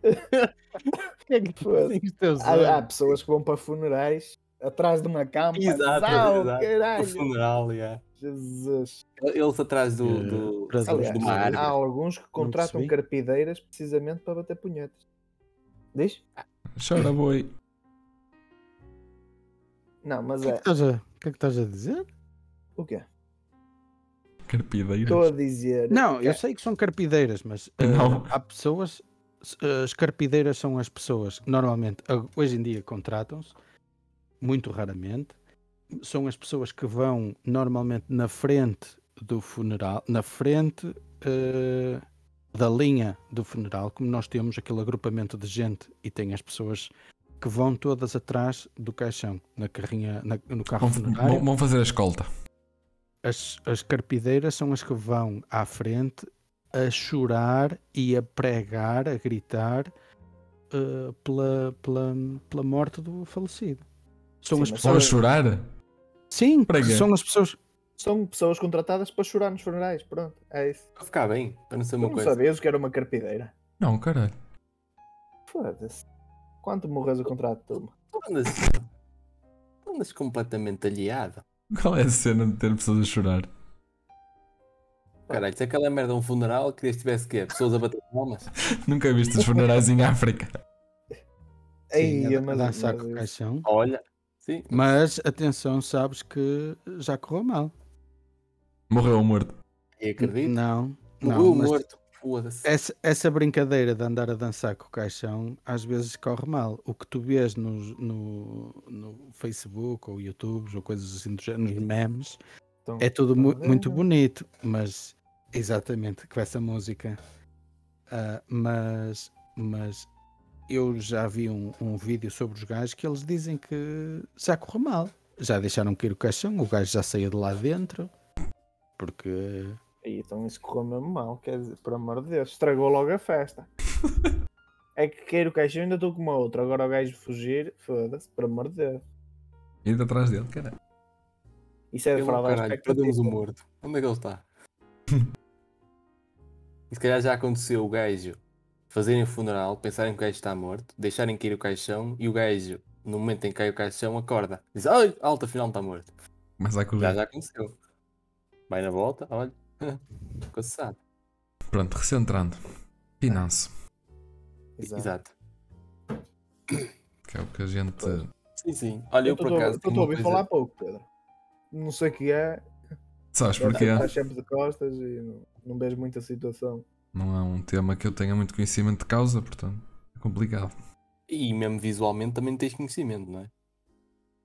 Speaker 4: O que é que tu
Speaker 1: Foda-se. Há, há pessoas que vão para funerais atrás de uma cama.
Speaker 2: Exato,
Speaker 1: Zau,
Speaker 2: exato. O
Speaker 1: caralho.
Speaker 2: funeral, yeah.
Speaker 1: Jesus.
Speaker 2: Eles atrás do.
Speaker 4: Eh,
Speaker 2: do...
Speaker 4: para
Speaker 1: Aliás,
Speaker 2: de uma
Speaker 1: há
Speaker 2: árvore.
Speaker 1: alguns que contratam
Speaker 4: percebi.
Speaker 1: carpideiras precisamente para bater punhetas. Diz?
Speaker 3: Chora, boi.
Speaker 1: Não, mas
Speaker 4: O que é que
Speaker 1: é.
Speaker 4: estás a- o que é que estás a dizer?
Speaker 1: O quê?
Speaker 3: Carpideiras.
Speaker 1: Estou a dizer.
Speaker 4: Não, eu
Speaker 1: É.
Speaker 4: sei que são carpideiras, mas eh,
Speaker 3: Não.
Speaker 4: há pessoas. s- eh, As carpideiras são as pessoas que normalmente, a- hoje em dia, contratam-se, muito raramente. São as pessoas que vão normalmente na frente do funeral, na frente eh, da linha do funeral, como nós temos aquele agrupamento de gente e tem as pessoas que vão todas atrás do caixão, na carrinha, na- no carro
Speaker 3: Vão,
Speaker 4: funerário.
Speaker 3: vão- vão fazer a escolta.
Speaker 4: As, as carpideiras são as que vão à frente a chorar e a pregar, a gritar eh, pela, pela, pela morte do falecido. São
Speaker 1: Sim,
Speaker 4: as
Speaker 1: mas
Speaker 3: Vão a
Speaker 1: Olha-
Speaker 4: pessoas.
Speaker 3: chorar?
Speaker 4: Sim,
Speaker 3: Prega.
Speaker 4: são as pessoas.
Speaker 1: São pessoas contratadas para chorar nos funerais. Pronto, é isso.
Speaker 2: Para ficar bem, para não ser
Speaker 1: Tu
Speaker 2: uma
Speaker 1: não
Speaker 2: coisa.
Speaker 1: sabias que era uma carpideira.
Speaker 3: Não, caralho.
Speaker 1: Foda-se. Quanto morres o contrato de turma?
Speaker 2: Tu andas, tu andas completamente aliado.
Speaker 3: Qual é a cena de ter pessoas a chorar?
Speaker 2: Caralho, se aquela merda é um funeral, querias que tivesse quê? Pessoas a bater palmas?
Speaker 3: Nunca viste os funerais em África.
Speaker 4: Sim,
Speaker 1: Ei,
Speaker 4: a, a
Speaker 1: mas-
Speaker 4: dançar
Speaker 1: mas
Speaker 4: com o
Speaker 1: isso-
Speaker 4: caixão.
Speaker 2: Olha, sim.
Speaker 4: Mas atenção, sabes que já correu mal.
Speaker 3: Morreu o morto.
Speaker 2: E acredito.
Speaker 4: Não,
Speaker 2: Morreu
Speaker 4: não. mas É,
Speaker 2: morto. Foda-se.
Speaker 4: Essa, essa brincadeira de andar a dançar com o caixão às vezes corre mal. O que tu vês nos- no, no Facebook ou YouTube ou coisas assim do género, nos memes,
Speaker 1: Tum,
Speaker 4: é tudo
Speaker 1: tum,
Speaker 4: mu-
Speaker 1: tum,
Speaker 4: muito
Speaker 1: tum.
Speaker 4: bonito, mas exatamente com essa música. Ah, mas, mas eu já vi um, um vídeo sobre os gajos que eles dizem que já corre mal. Já deixaram cair o caixão, o gajo já saiu de lá dentro, porque
Speaker 1: Ei, então isso correu mesmo mal, quer dizer, por amor de Deus, estragou logo a festa. é que queiro o caixão, ainda estou com uma outra. Agora o gajo fugir, foda-se, por amor de Deus.
Speaker 3: Ainda atrás dele, caralho.
Speaker 1: Isso é de
Speaker 2: Eu,
Speaker 1: fraudar a
Speaker 2: um caralho, perdemos o
Speaker 1: expectativa.
Speaker 2: morto. Onde é que ele está? e se calhar já aconteceu o gajo fazerem o funeral, pensarem que o gajo está morto, deixarem cair o caixão e o gajo, no momento em que cai o caixão, acorda. Diz, ai, alta, afinal está morto.
Speaker 3: Mas há
Speaker 2: Já
Speaker 3: correr.
Speaker 2: já aconteceu. Vai na volta, olha. Nunca se sabe.
Speaker 3: Pronto, recentrando. Finanço.
Speaker 1: Exato.
Speaker 2: Exato.
Speaker 3: Que é o que a gente.
Speaker 2: Sim, sim. Olha, eu,
Speaker 1: Eu
Speaker 2: por
Speaker 1: estou- eu
Speaker 2: acaso.
Speaker 1: estou então a
Speaker 2: tenho uma
Speaker 1: ouvir
Speaker 2: coisa-
Speaker 1: falar pouco, Pedro. Não sei o que é,
Speaker 3: Sabes
Speaker 1: deve
Speaker 3: porquê?
Speaker 1: ser que estás sempre de costas e não, não vês muita situação.
Speaker 3: Não é um tema que eu tenha muito conhecimento de causa, portanto, é complicado.
Speaker 2: E mesmo visualmente também tens conhecimento, não é?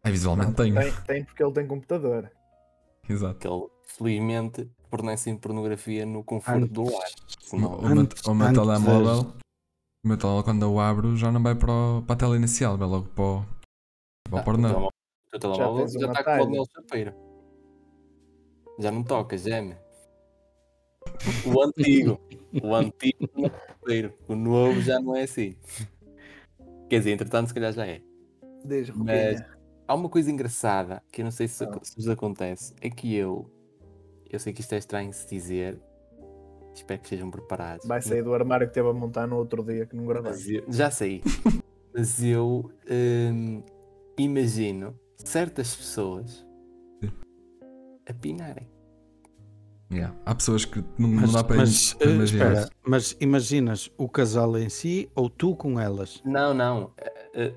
Speaker 3: É, visualmente tenho.
Speaker 1: Tem, tem porque ele tem computador.
Speaker 3: Exato.
Speaker 2: Que ele, felizmente, fornece em pornografia no conforto do lar.
Speaker 3: O,
Speaker 2: Senão-
Speaker 3: o meu-
Speaker 4: Antes-
Speaker 3: o meu
Speaker 4: antes
Speaker 3: telemóvel, o meu telemóvel, quando eu abro, já não vai para, o- para a tela inicial, vai logo para o, para o
Speaker 2: Ah,
Speaker 3: pornô.
Speaker 2: então, O teu telemóvel
Speaker 1: tens
Speaker 2: já
Speaker 1: uma
Speaker 2: está com o
Speaker 1: tag.
Speaker 2: Nelson Chapeiro. Já não toca, geme. O antigo. o antigo não é chapeiro. O novo já não é assim. Quer dizer, entretanto, se calhar já é.
Speaker 1: Diz,
Speaker 2: Mas
Speaker 1: Rubinha.
Speaker 2: há uma coisa engraçada que eu não sei se,
Speaker 1: Ah.
Speaker 2: se vos acontece. É que eu. Eu sei que isto é estranho se dizer. Espero que estejam preparados.
Speaker 1: Vai sair do armário que teve a montar no outro dia que não gravamos.
Speaker 2: Mas eu- já sei. Mas eu hum, imagino certas pessoas a pinarem.
Speaker 3: Yeah. Há pessoas que não, não
Speaker 4: Mas,
Speaker 3: dá para
Speaker 4: mas,
Speaker 3: para
Speaker 4: eh,
Speaker 3: imaginar.
Speaker 4: espera, mas imaginas o casal em si ou tu com elas?
Speaker 2: Não, não. A, a-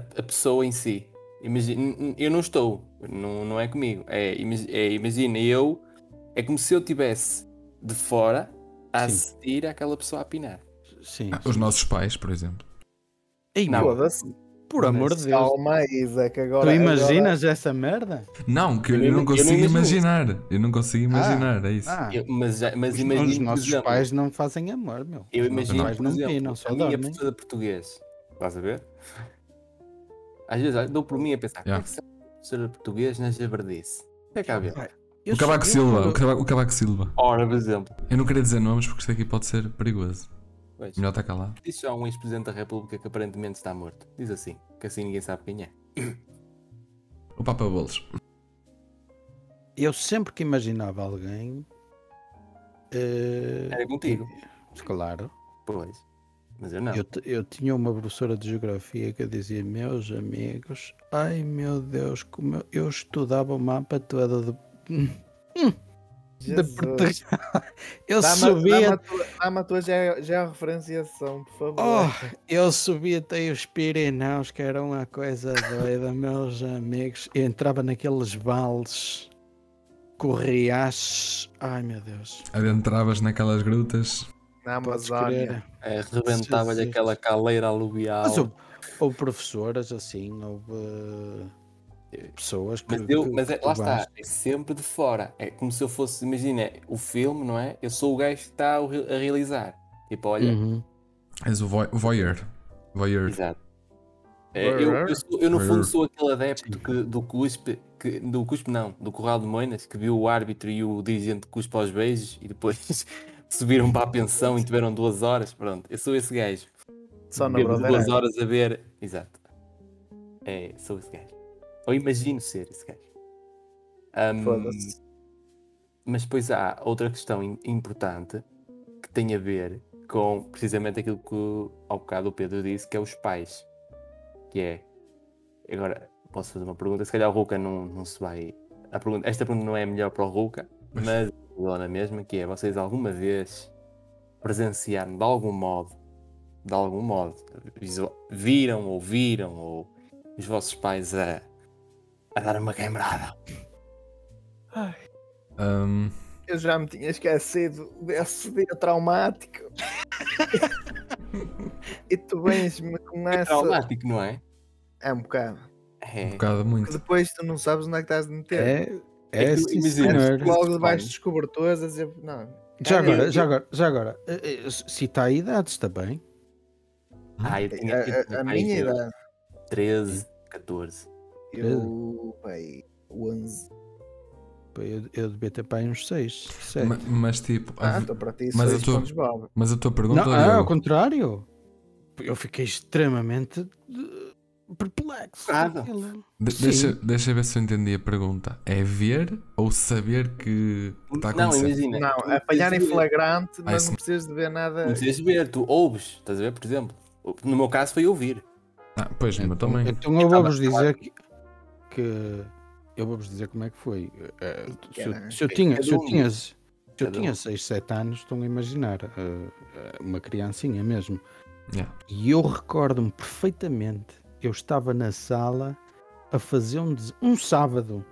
Speaker 2: a- a pessoa em si. Imagina, eu não estou. Não, não é comigo. É, imagi- é, imagina, eu. É como se eu estivesse de fora a
Speaker 4: Sim.
Speaker 2: assistir àquela pessoa a pinar.
Speaker 4: Sim.
Speaker 3: Ah, Os nossos pais, por exemplo.
Speaker 4: Ei,
Speaker 2: Não.
Speaker 4: meu,
Speaker 1: Foda-se.
Speaker 4: por amor de Deus.
Speaker 1: Calma aí, Isaac. Agora, é
Speaker 4: Tu
Speaker 1: agora-
Speaker 4: imaginas essa merda?
Speaker 3: Não, que eu,
Speaker 2: Eu
Speaker 3: não,
Speaker 2: não- eu não
Speaker 3: consigo
Speaker 2: imagino
Speaker 3: imaginar. Eu não consigo imaginar, é isso.
Speaker 4: Ah,
Speaker 2: Eu- mas já- mas
Speaker 4: os,
Speaker 2: imagino.
Speaker 4: os
Speaker 2: por
Speaker 4: nossos
Speaker 2: exemplo,
Speaker 4: pais não fazem amor, meu.
Speaker 2: Eu
Speaker 4: Os nossos
Speaker 2: imagino,
Speaker 4: pais
Speaker 2: por
Speaker 4: não
Speaker 2: exemplo,
Speaker 4: pinam, só
Speaker 2: a minha
Speaker 4: dormem.
Speaker 2: professora de português. Estás a ver? Às vezes dou por mim a pensar, como é
Speaker 3: Yeah.
Speaker 2: que se a professora de português na Jabardice? O que é que há a ver?
Speaker 4: Eu
Speaker 3: o Cabaco
Speaker 4: sou- eu
Speaker 3: Silva,
Speaker 4: juro-
Speaker 3: o Cabaco, o Cabaco Silva.
Speaker 2: Ora, por exemplo,
Speaker 3: Eu não queria dizer nomes porque isto aqui pode ser perigoso.
Speaker 2: pois,
Speaker 3: Melhor estar calado.
Speaker 2: disse já um ex-presidente da República que aparentemente está morto. Diz assim, que assim ninguém sabe quem é.
Speaker 3: O Papa Bolos.
Speaker 4: Eu sempre que imaginava alguém. eh,
Speaker 2: Era contigo.
Speaker 4: Claro.
Speaker 2: Pois. Mas eu não.
Speaker 4: Eu, t- eu tinha uma professora de geografia que dizia, meus amigos, ai meu Deus, como eu, eu estudava o mapa todo de, de
Speaker 1: Jesus.
Speaker 4: Portugal. Eu
Speaker 1: Dá-me- dá-me a
Speaker 4: subia,
Speaker 1: tua- Dá-me a tua ge- georreferenciação, por favor.
Speaker 4: oh, eu subia até os Pirineus, que era uma coisa doida, meus amigos. Eu entrava naqueles vales, corriaches, ai meu Deus.
Speaker 3: Adentravas naquelas grutas.
Speaker 1: Na
Speaker 4: Podes
Speaker 1: Amazónia.
Speaker 4: crer.
Speaker 2: É, Rebentava-lhe
Speaker 4: Jesus.
Speaker 2: aquela caleira aluvial.
Speaker 4: Mas houve, houve professoras assim, houve eh, pessoas que.
Speaker 2: Mas, eu,
Speaker 4: que-
Speaker 2: mas é-
Speaker 4: que tu
Speaker 2: lá está,
Speaker 4: vais-
Speaker 2: é sempre de fora. É como se eu fosse, imagina, o filme, não é? Eu sou o gajo que está a re- a realizar. Tipo, olha,
Speaker 4: Uhum.
Speaker 3: És o voy- o voyeur. Voyeur.
Speaker 2: Exato. É, eu, eu sou- eu, no
Speaker 3: Rrr.
Speaker 2: fundo sou aquele adepto que, do cuspe, que, do cuspe não, do Corral de Moinas, que viu o árbitro e o dirigente cuspe aos beijos e depois subiram para a pensão e tiveram duas horas. Pronto, eu sou esse gajo.
Speaker 1: Só na
Speaker 2: Teve duas
Speaker 1: Brodeira.
Speaker 2: horas a ver. Exato. É, sou esse gajo. Ou imagino ser esse gajo. Ahm,
Speaker 1: Foda-se.
Speaker 2: mas depois há outra questão im- importante que tem a ver com precisamente aquilo que ao bocado o Pedro disse, que é os pais. Que é. Agora, posso fazer uma pergunta? Se calhar o Ruka não, não se vai. a pergunta- esta pergunta não é melhor para o Ruka,
Speaker 3: Mas-
Speaker 2: mas vou na mesma, que é vocês alguma vez presenciaram de algum modo, de algum modo, visu- viram, ouviram, ou os vossos pais a, a dar uma queimada.
Speaker 3: Ahm,
Speaker 1: Eu já me tinha esquecido desse dia traumático. e tu vens-me com
Speaker 2: É
Speaker 1: essa.
Speaker 2: traumático, não é?
Speaker 1: É um bocado.
Speaker 2: É.
Speaker 3: um bocado
Speaker 1: Que
Speaker 3: muito.
Speaker 1: depois tu não sabes onde é que estás de meter.
Speaker 4: É,
Speaker 2: É
Speaker 4: é
Speaker 2: que
Speaker 4: sim,
Speaker 2: imagina,
Speaker 4: senhor.
Speaker 2: é-
Speaker 1: Logo debaixo dos cobertores a dizer. Não.
Speaker 4: Já
Speaker 1: Olha,
Speaker 4: agora,
Speaker 1: eu-
Speaker 4: já agora, já agora. eh, eh, Cita a idades também.
Speaker 2: Ah,
Speaker 4: é,
Speaker 2: eu tinha, eu
Speaker 1: A,
Speaker 2: tinha
Speaker 1: a- a
Speaker 2: pai,
Speaker 1: minha
Speaker 2: eu-
Speaker 1: idade.
Speaker 2: 13, 14.
Speaker 1: Eu.
Speaker 2: É.
Speaker 1: Pai, 11.
Speaker 4: Pá, Eu, eu devia ter pai uns 6, 7.
Speaker 3: Ma- mas tipo, a
Speaker 1: Ah,
Speaker 3: v-
Speaker 1: estou para ti.
Speaker 3: Mas
Speaker 1: Mas
Speaker 3: a tua-
Speaker 1: pontos, Bob.
Speaker 3: mas a tua pergunta
Speaker 4: então- Não, ah, ao
Speaker 3: Diogo,
Speaker 4: contrário. Eu fiquei extremamente eh, perplexo. com
Speaker 2: Chocado.
Speaker 4: aquilo.
Speaker 3: de- deixa, deixa ver se eu entendi a pergunta. É ver ou saber que está
Speaker 2: não,
Speaker 3: Tá acontecendo?
Speaker 2: imagina. tu
Speaker 1: Não,
Speaker 2: É. não
Speaker 1: apanhar em
Speaker 2: precisas ver,
Speaker 1: flagrante, mas
Speaker 3: sim.
Speaker 1: não precisas de ver nada.
Speaker 4: é-
Speaker 2: Não precisas ver, tu ouves, estás a ver? Por exemplo, no meu caso foi ouvir.
Speaker 3: Ah, pois,
Speaker 2: É
Speaker 3: mas também.
Speaker 4: Então eu vou-vos dizer que, que- Eu vou-vos dizer como é que foi. Eh, se, eu- se eu tinha, se eu
Speaker 2: Cada um.
Speaker 4: tinha, se eu
Speaker 2: Cada um.
Speaker 4: tinha 6, 7 anos, estão a imaginar. eh, eh, uma criancinha mesmo.
Speaker 3: Yeah.
Speaker 4: E eu recordo-me perfeitamente, eu estava na sala a fazer um, des- um sábado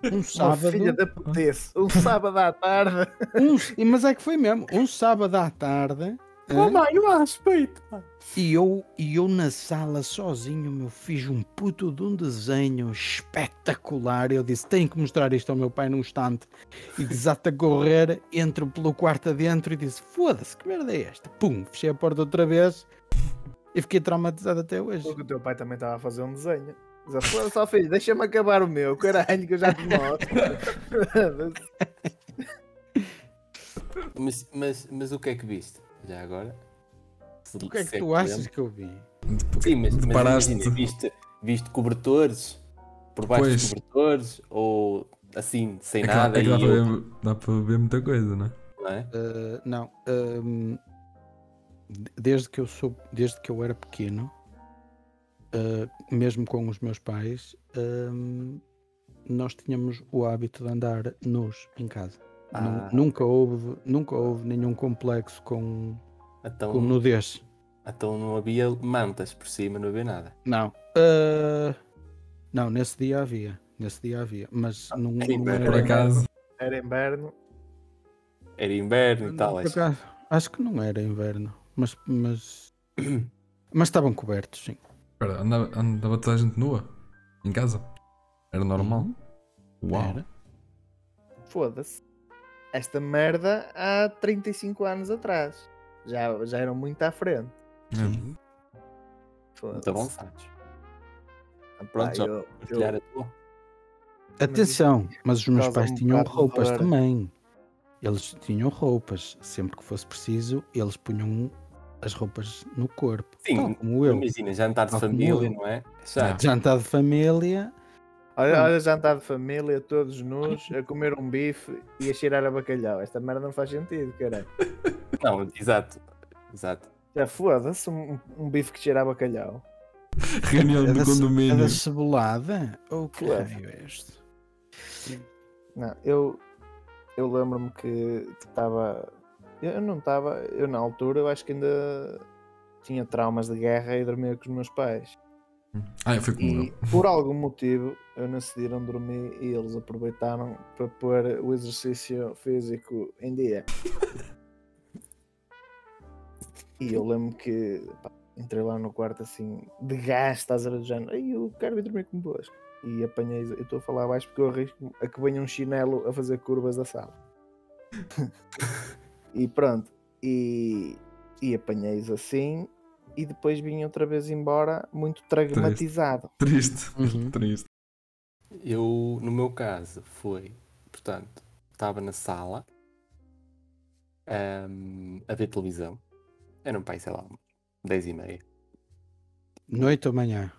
Speaker 2: Oh,
Speaker 4: Um sábado.
Speaker 1: filha da putez. Um sábado à tarde.
Speaker 4: um s- mas é que foi mesmo. Um sábado à tarde. hã?
Speaker 2: mãe, não há respeito. pá.
Speaker 4: E eu, e eu na sala sozinho, meu, fiz um puto de um desenho espetacular. Eu disse: tenho que mostrar isto ao meu pai num instante. E desata a correr, entro pelo quarto adentro e disse: foda-se, que merda é esta? Pum, fechei a porta outra vez e fiquei traumatizado até hoje.
Speaker 1: Porque o teu pai também estava a fazer um desenho. Diz a "Foda-se, ó filho, deixa-me acabar o meu, caralho, que eu já te mostro.
Speaker 2: Mas, mas, mas o que é que viste? Já agora? Se-
Speaker 4: O que é
Speaker 2: se
Speaker 4: que tu
Speaker 2: te
Speaker 4: achas
Speaker 2: lembras.
Speaker 4: que eu vi?
Speaker 2: Sim, mas, mas
Speaker 3: Deparaste-te.
Speaker 2: imagina, viste, viste cobertores por baixo
Speaker 3: Pois.
Speaker 2: dos cobertores ou assim, sem
Speaker 3: É que, dá-
Speaker 2: nada.
Speaker 3: é que dá,
Speaker 2: e
Speaker 3: para
Speaker 2: outro,
Speaker 3: ver, dá para ver muita coisa, não é?
Speaker 2: não é?
Speaker 4: Uh, não. um, de- desde que eu sou, desde que eu era pequeno, uh, mesmo com os meus pais, um, nós tínhamos o hábito de andar nus em casa. Nun-
Speaker 2: Ah.
Speaker 4: Nunca houve, nunca houve nenhum complexo com,
Speaker 2: Então,
Speaker 4: com nudez.
Speaker 2: então não havia mantas por cima, não havia nada.
Speaker 4: Não. Uh, não, nesse dia havia. Nesse dia havia. Mas não,
Speaker 2: sim,
Speaker 4: não
Speaker 2: mas
Speaker 4: era.
Speaker 3: Por acaso,
Speaker 1: Era inverno.
Speaker 2: Era inverno e tal. é
Speaker 4: Por
Speaker 2: acho.
Speaker 4: acaso, acho que não era inverno. Mas, mas, mas estavam cobertos, sim.
Speaker 3: espera, andava, andava toda a gente nua em casa. Era normal.
Speaker 2: Uhum.
Speaker 3: Uau.
Speaker 4: Era.
Speaker 1: Foda-se. Esta merda há 35 anos atrás. Já, já eram muito à frente.
Speaker 3: É.
Speaker 2: Muito então
Speaker 1: Foda-se.
Speaker 2: avançados.
Speaker 1: Pá,
Speaker 2: Então, Pronto, já
Speaker 1: eu- eu-
Speaker 2: Partilhar a tua.
Speaker 1: Mas
Speaker 4: Atenção, mas os meus
Speaker 1: causa
Speaker 4: pais
Speaker 1: um
Speaker 4: tinham
Speaker 1: bocado de
Speaker 4: roupas
Speaker 1: dor.
Speaker 4: também. Eles tinham roupas. Sempre que fosse preciso, eles punham as roupas no corpo.
Speaker 2: Sim,
Speaker 4: tal como eu.
Speaker 2: Imagina, jantar de
Speaker 4: Tal como
Speaker 2: família,
Speaker 4: eu.
Speaker 2: não é? É Chato.
Speaker 4: Jantar de família.
Speaker 1: Olha, olha, jantar de família, todos nus, a comer um bife e a cheirar a bacalhau. Esta merda não faz sentido, caralho.
Speaker 2: Não, exato. Exato.
Speaker 1: Já foda-se um, um bife que cheira a bacalhau.
Speaker 3: Reunião
Speaker 4: é
Speaker 3: do
Speaker 4: da ce- é
Speaker 3: condomínio.
Speaker 4: da cebolada? Ou que
Speaker 1: Claro.
Speaker 4: raio é este?
Speaker 1: Não, eu, eu lembro-me que estava. Eu eu não estava. Eu na altura eu acho que ainda tinha traumas de guerra e dormia com os meus pais.
Speaker 3: Ah, foi como
Speaker 1: E
Speaker 3: eu.
Speaker 1: por algum motivo eu decidiram dormir e eles aproveitaram para pôr o exercício físico em dia. e eu lembro que pá, entrei lá no quarto assim, de gás, estás a ver, do género, "Ei, eu quero ir dormir convosco. E apanhei, eu estou a falar abaixo porque eu arrisco a que venha um chinelo a fazer curvas da sala. e pronto, e, e apanhei-os assim. E depois vim outra vez embora muito traumatizado.
Speaker 3: Triste.
Speaker 4: Uhum.
Speaker 3: Triste.
Speaker 2: Eu, no meu caso, foi, portanto, estava na sala ahm, a ver televisão. Era um pai, sei lá, 10 e meia,
Speaker 4: Noite ou manhã?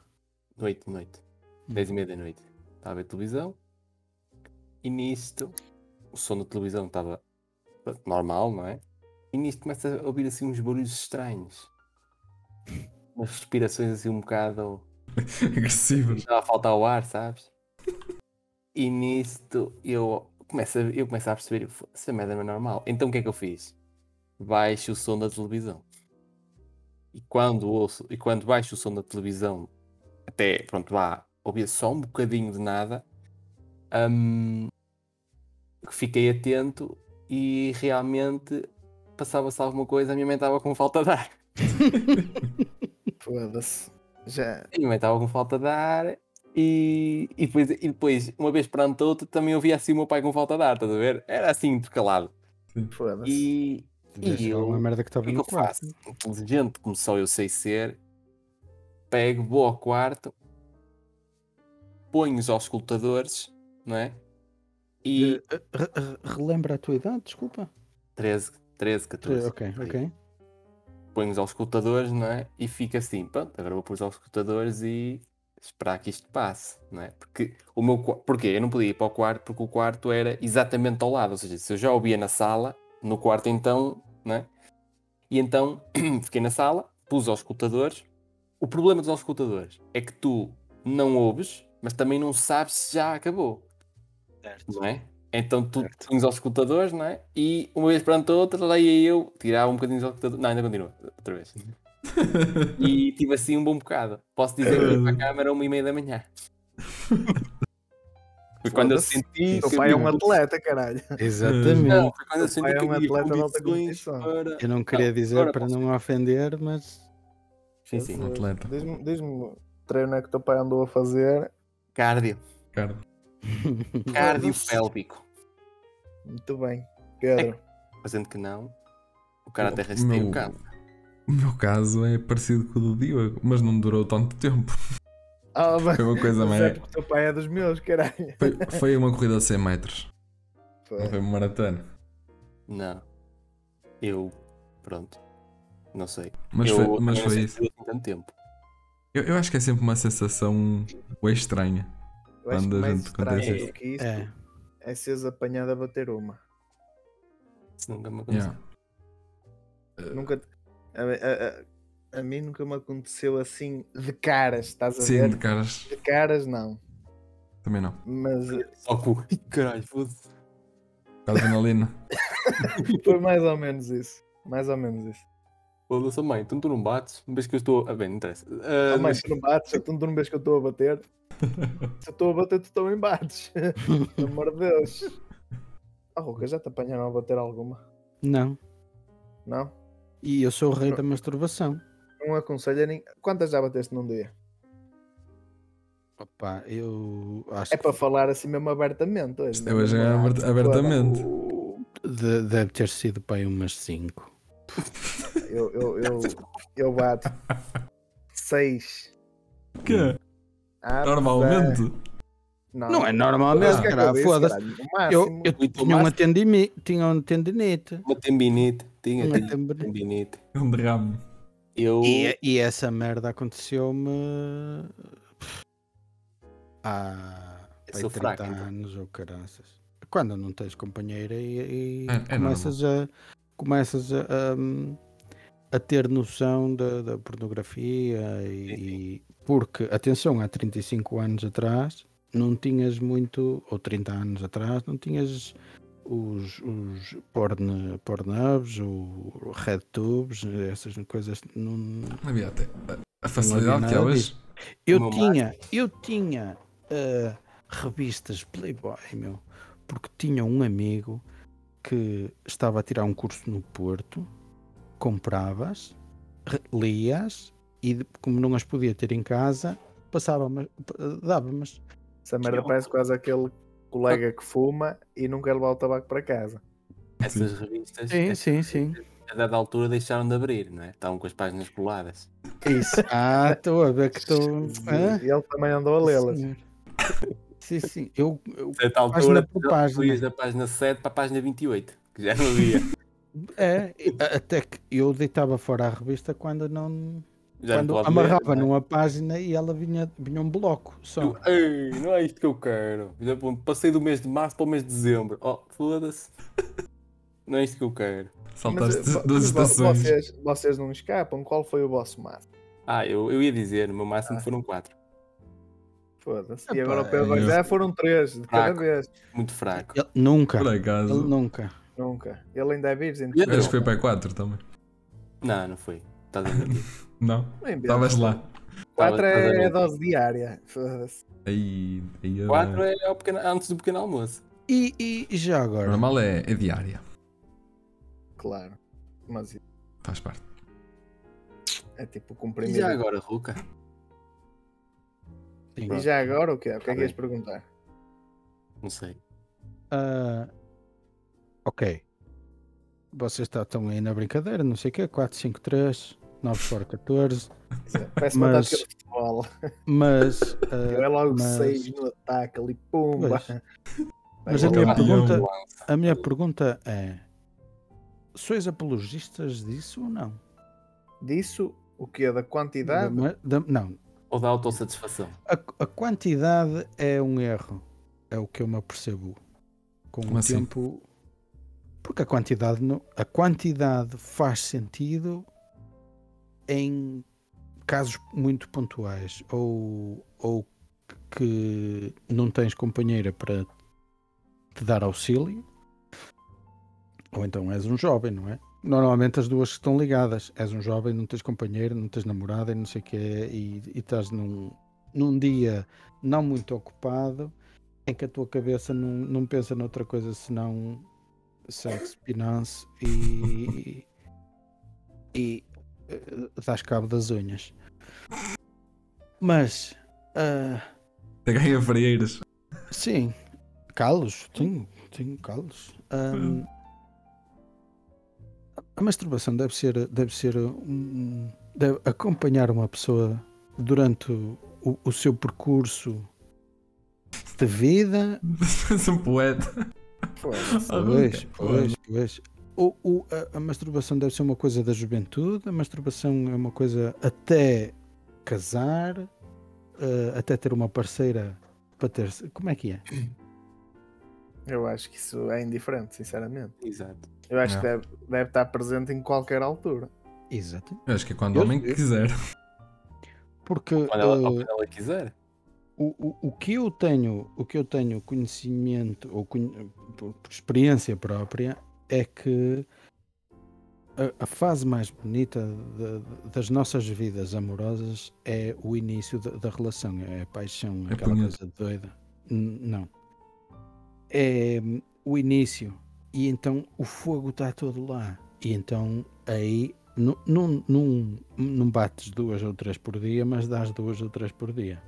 Speaker 2: noite, noite, 10 e meia da noite. Estava a ver televisão e nisto, o som da televisão estava pronto, normal, não é? E nisto começa a ouvir assim uns barulhos estranhos. Umas respirações assim um bocado
Speaker 3: Agressivo.
Speaker 2: Estava a faltar o ar, sabes? E nisto eu começo a, eu começo a perceber, eu, "Foda-se, essa merda não é normal. Então o que é que eu fiz? Baixo o som da televisão. E quando ouço, e quando baixo o som da televisão, até, pronto, vá, ouvir só um bocadinho de nada, hum, fiquei atento e realmente passava-se alguma coisa, a minha mãe estava com falta de ar.
Speaker 1: Foda-se. Já.
Speaker 2: E também estava com falta de ar. E, e, depois, e depois, uma vez perante outra, também ouvia assim o meu pai com falta de ar, estás a ver? Era assim, intercalado.
Speaker 1: Foda-se.
Speaker 2: E
Speaker 4: Deve ser
Speaker 2: eu-
Speaker 4: alguma merda que
Speaker 2: o
Speaker 4: estava
Speaker 2: que é que
Speaker 4: no
Speaker 2: eu
Speaker 4: quarto.
Speaker 2: faço? Inteligente, como só eu sei ser, pego, vou ao quarto, ponho-os aos escutadores, não é? E
Speaker 4: Eh, re- re- relembra a tua idade, desculpa.
Speaker 2: 13, 13, 14.
Speaker 4: ok, ok.
Speaker 2: Ponho-os aos escutadores, não é? E fica assim, pronto, agora vou pôr-os aos escutadores e esperar que isto passe, não é? Porque o meu qua- porquê? Eu não podia ir para o quarto porque o quarto era exatamente ao lado, ou seja, se eu já ouvia na sala, no quarto então, não é? E então fiquei na sala, pus aos escutadores. O problema dos escutadores é que tu não ouves, mas também não sabes se já acabou não é? Então tu
Speaker 4: Certo.
Speaker 2: punhas aos escutadores, não é? E uma vez perante a outra, lá ia eu tirava um bocadinho dos escutadores. Não, ainda continua, outra vez. E tive assim um bom bocado. Posso dizer que fui para a câmara uma e meia da manhã. Foi quando eu
Speaker 1: Foda-se.
Speaker 2: senti.
Speaker 1: Teu
Speaker 2: que
Speaker 1: pai é
Speaker 2: eu-
Speaker 1: um atleta, caralho.
Speaker 4: Exatamente.
Speaker 2: Não, foi quando eu
Speaker 1: Teu
Speaker 2: senti
Speaker 1: pai é
Speaker 2: que
Speaker 1: um
Speaker 2: havia
Speaker 1: atleta de alta
Speaker 2: condições
Speaker 1: competição.
Speaker 2: para.
Speaker 4: Eu não queria dizer
Speaker 2: agora
Speaker 4: para
Speaker 2: posso
Speaker 4: não ofender, mas
Speaker 2: Sim, sim.
Speaker 1: Foda-se.
Speaker 3: Atleta.
Speaker 1: Diz-me diz-me o treino é que o teu pai andou a fazer.
Speaker 2: Cardio.
Speaker 3: Cara,
Speaker 2: Cardio pélvico.
Speaker 1: Muito bem. Pedro,
Speaker 2: Fazendo É que não, o cara até um
Speaker 3: o
Speaker 2: tem
Speaker 3: meu-
Speaker 2: o carro.
Speaker 3: o meu caso é parecido com o do Diogo, mas não durou tanto tempo.
Speaker 1: Ah, mas-
Speaker 3: Foi uma coisa
Speaker 1: mas é
Speaker 3: mais.
Speaker 1: porque o teu pai é dos meus, caralho.
Speaker 3: Foi, foi uma corrida a 100 metros, não foi uma maratona.
Speaker 2: Não. Eu. Pronto. Não sei.
Speaker 3: Mas
Speaker 2: eu,
Speaker 3: foi, mas
Speaker 2: eu não
Speaker 3: foi
Speaker 2: sei
Speaker 3: isso.
Speaker 2: se eu tenho tanto tempo.
Speaker 3: Eu, eu acho que é sempre uma sensação bué estranha.
Speaker 1: Eu acho que
Speaker 3: Quando a
Speaker 1: mais
Speaker 3: gente acontece
Speaker 1: estranho
Speaker 2: isso.
Speaker 1: do que isso
Speaker 4: é.
Speaker 1: é seres apanhado a bater uma.
Speaker 2: Se nunca me aconteceu.
Speaker 3: Yeah.
Speaker 1: Nunca. te- A, a- a- a mim nunca me aconteceu assim de caras, estás a
Speaker 3: Sim, de
Speaker 1: ver?
Speaker 3: caras,
Speaker 1: De caras, não.
Speaker 3: também não.
Speaker 1: Mas
Speaker 2: Só que o. Ih, caralho, foda-se.
Speaker 3: Com a adrenalina.
Speaker 1: foi mais ou menos isso. Mais ou menos isso.
Speaker 2: Foda-se, mãe. Então tu não bates, uma vez que eu estou. Ah, bem, não interessa. Ah,
Speaker 1: Ah, mas
Speaker 2: mas-
Speaker 1: tu não bates, então tu não vês que eu estou a bater. Se eu estou a bater, tu também bates. Pelo amor de Deus. Ah, Ruca, já te apanharam a bater alguma?
Speaker 4: Não.
Speaker 1: Não?
Speaker 4: E eu sou o rei da masturbação.
Speaker 1: Não aconselho a ninguém. Quantas já bateste num dia?
Speaker 4: Opa, eu acho
Speaker 1: É para falar assim mesmo abertamente hoje.
Speaker 3: Isto
Speaker 1: não é
Speaker 3: hoje é
Speaker 1: mesmo
Speaker 3: abert-
Speaker 1: à-
Speaker 3: abertamente.
Speaker 4: que de- deve ter sido para aí umas 5.
Speaker 1: Eu, eu, eu, eu bato 6.
Speaker 3: Que? Normalmente?
Speaker 1: Ah, Não,
Speaker 4: Não é
Speaker 1: Mas
Speaker 4: normalmente,
Speaker 1: o que é que eu
Speaker 4: cara,
Speaker 1: disse,
Speaker 4: foda-se.
Speaker 1: caralho? O
Speaker 4: Eu,
Speaker 1: máximo.
Speaker 4: eu
Speaker 2: Muito
Speaker 4: tinha, uma
Speaker 2: máximo.
Speaker 4: tendimi, tinha um tendinite.
Speaker 2: Uma tembinite. Tinha,
Speaker 4: Uma
Speaker 2: tinha
Speaker 4: tendinite.
Speaker 2: tembinite.
Speaker 3: Um derrame.
Speaker 2: Eu.
Speaker 1: é
Speaker 4: E, e essa merda aconteceu-me há
Speaker 2: Eu
Speaker 4: pai,
Speaker 2: sou
Speaker 4: 30
Speaker 2: fraco, então.
Speaker 4: anos ou caraças. Quando não tens companheira e, e
Speaker 3: É- é
Speaker 4: começas, a, começas a, hum, a- a ter noção da, da pornografia e, e- porque, atenção, há 35 anos atrás não tinhas muito, ou 30 anos atrás, não tinhas os, os porn, pornubs, o RedTubes, essas coisas. Não,
Speaker 3: Não havia até. a- A facilidade que é
Speaker 4: nada
Speaker 3: hoje.
Speaker 4: eu
Speaker 2: No
Speaker 4: tinha, eu tinha ah, revistas Playboy, meu, porque tinha um amigo que estava a tirar um curso no Porto, compravas, re- lias e de- como não as podia ter em casa, passava, mas dava-me.
Speaker 1: Essa merda
Speaker 4: Tiago.
Speaker 1: parece quase aquele colega que fuma e nunca levar o tabaco para casa.
Speaker 2: Essas revistas.
Speaker 4: sim, sim.
Speaker 2: a dada altura deixaram de abrir, não é? Estavam com as páginas coladas.
Speaker 4: Isso. Ah, estou a ver que estou. Hã?
Speaker 1: E ele também andou a lê-las.
Speaker 4: Senhor. Sim, sim. Eu, eu-
Speaker 2: A certa altura,
Speaker 4: por
Speaker 2: tu
Speaker 4: página.
Speaker 2: ias da página 7 para a página 28, que já não havia.
Speaker 4: é, e- até que eu deitava fora a revista quando não,
Speaker 2: Já não
Speaker 4: quando
Speaker 2: pode
Speaker 4: amarrava
Speaker 2: ler,
Speaker 4: numa página e ela vinha, vinha um bloco só.
Speaker 2: não é? Tu, Ei, não é isto que eu quero. Já, pô, passei do mês de março para o mês de dezembro. Oh, foda-se. Não é isto que eu quero.
Speaker 3: Saltaste
Speaker 1: Mas,
Speaker 3: duas
Speaker 1: vo-
Speaker 3: estações.
Speaker 1: Vocês, vocês não escapam. Qual foi o vosso máximo?
Speaker 2: Ah, eu, eu ia dizer, o meu
Speaker 4: Ah.
Speaker 2: máximo foram 4.
Speaker 1: Foda-se. E
Speaker 4: Epá,
Speaker 1: agora o Pedro vai
Speaker 3: eu-
Speaker 1: dizer, "Ah, foram três de cada
Speaker 2: Fraco.
Speaker 1: vez.
Speaker 2: Muito fraco.
Speaker 4: Ele- nunca,
Speaker 3: Por
Speaker 4: ele
Speaker 3: acaso.
Speaker 4: nunca.
Speaker 1: Nunca. Ele ainda é virgem.
Speaker 2: Eu
Speaker 1: tu-
Speaker 3: Acho que foi para 4 também.
Speaker 2: Não, não foi. Estás a mentir.
Speaker 3: Não?
Speaker 1: Bem, Pedro,
Speaker 3: Estavas lá.
Speaker 1: Quatro
Speaker 2: Estava- estava
Speaker 1: é,
Speaker 2: bem.
Speaker 1: dose diária. Foda-se.
Speaker 3: Aí. aí a-
Speaker 2: 4 é ao pequeno- antes do pequeno almoço.
Speaker 4: E, e- e já
Speaker 3: O
Speaker 4: agora?
Speaker 3: normal é, é diária.
Speaker 1: Claro. Mas
Speaker 3: Faz parte.
Speaker 1: é tipo
Speaker 2: E
Speaker 1: comprimido.
Speaker 2: já agora, Ruca?
Speaker 4: Sim. Ah,
Speaker 1: E já agora o quê? O que é que
Speaker 2: Tá
Speaker 1: ias
Speaker 2: bem.
Speaker 1: perguntar?
Speaker 2: Não sei.
Speaker 4: Ah, ok. Vocês está- estão aí na brincadeira, não sei o quê, 4, 5, 3, 9, 4, 14.
Speaker 1: Parece uma
Speaker 4: Mas-
Speaker 1: tática um de futebol.
Speaker 4: Mas,
Speaker 1: Eu
Speaker 4: ah,
Speaker 1: é logo
Speaker 4: mas-
Speaker 1: seis no ataque ali, pumba.
Speaker 4: Pois.
Speaker 1: Vai
Speaker 4: Mas a
Speaker 1: voltar.
Speaker 4: minha
Speaker 3: Campeão.
Speaker 4: pergunta, a minha pergunta é: sois apologistas disso ou não?
Speaker 1: Disso, o que é da quantidade?
Speaker 4: Da- da- não,
Speaker 2: Ou da autossatisfação?
Speaker 4: A, a quantidade é um erro, é o que eu me apercebo com
Speaker 3: Como
Speaker 4: o
Speaker 3: assim?
Speaker 4: tempo. Porque a quantidade, não, a quantidade faz sentido em casos muito pontuais ou, ou que não tens companheira para te dar auxílio, ou então és um jovem, não é? Normalmente as duas estão ligadas. És um jovem, não tens companheiro, não tens namorada e não sei o quê, e, e estás num, num dia não muito ocupado em que a tua cabeça não, não pensa noutra coisa senão sexo, finance e. e. eh, dás cabo das unhas. Mas. ah,
Speaker 3: Até ganha freiras.
Speaker 4: Sim, calos, tenho, tenho calos. Ahm, a masturbação deve ser, deve ser um, deve acompanhar uma pessoa durante o, o seu percurso de vida.
Speaker 3: Parece um poeta.
Speaker 1: Foda-se.
Speaker 4: Pois, pois, pois. O, o- a, a masturbação deve ser uma coisa da juventude, a masturbação é uma coisa até casar, eh, até ter uma parceira para ter. Como é que é?
Speaker 1: Eu acho que isso é indiferente, sinceramente.
Speaker 2: Exato.
Speaker 1: Eu acho
Speaker 3: É.
Speaker 1: que deve, deve estar presente em qualquer altura.
Speaker 4: Exato.
Speaker 3: Eu acho que é quando o
Speaker 4: Eu-
Speaker 3: homem
Speaker 4: eu-
Speaker 3: quiser.
Speaker 4: Porque
Speaker 2: Quando ela,
Speaker 4: eh,
Speaker 2: quando ela quiser.
Speaker 4: o, o, o que eu tenho, o que eu tenho conhecimento ou conhe- por, por experiência própria é que a, a fase mais bonita da- da- das nossas vidas amorosas é o início da, da relação, é a paixão,
Speaker 3: É
Speaker 4: aquela
Speaker 3: punheta.
Speaker 4: coisa doida. N- não. É hum, o início. E então o fogo está todo lá. E então aí nu- num- num- não bates duas ou três por dia, mas dás duas ou três por dia.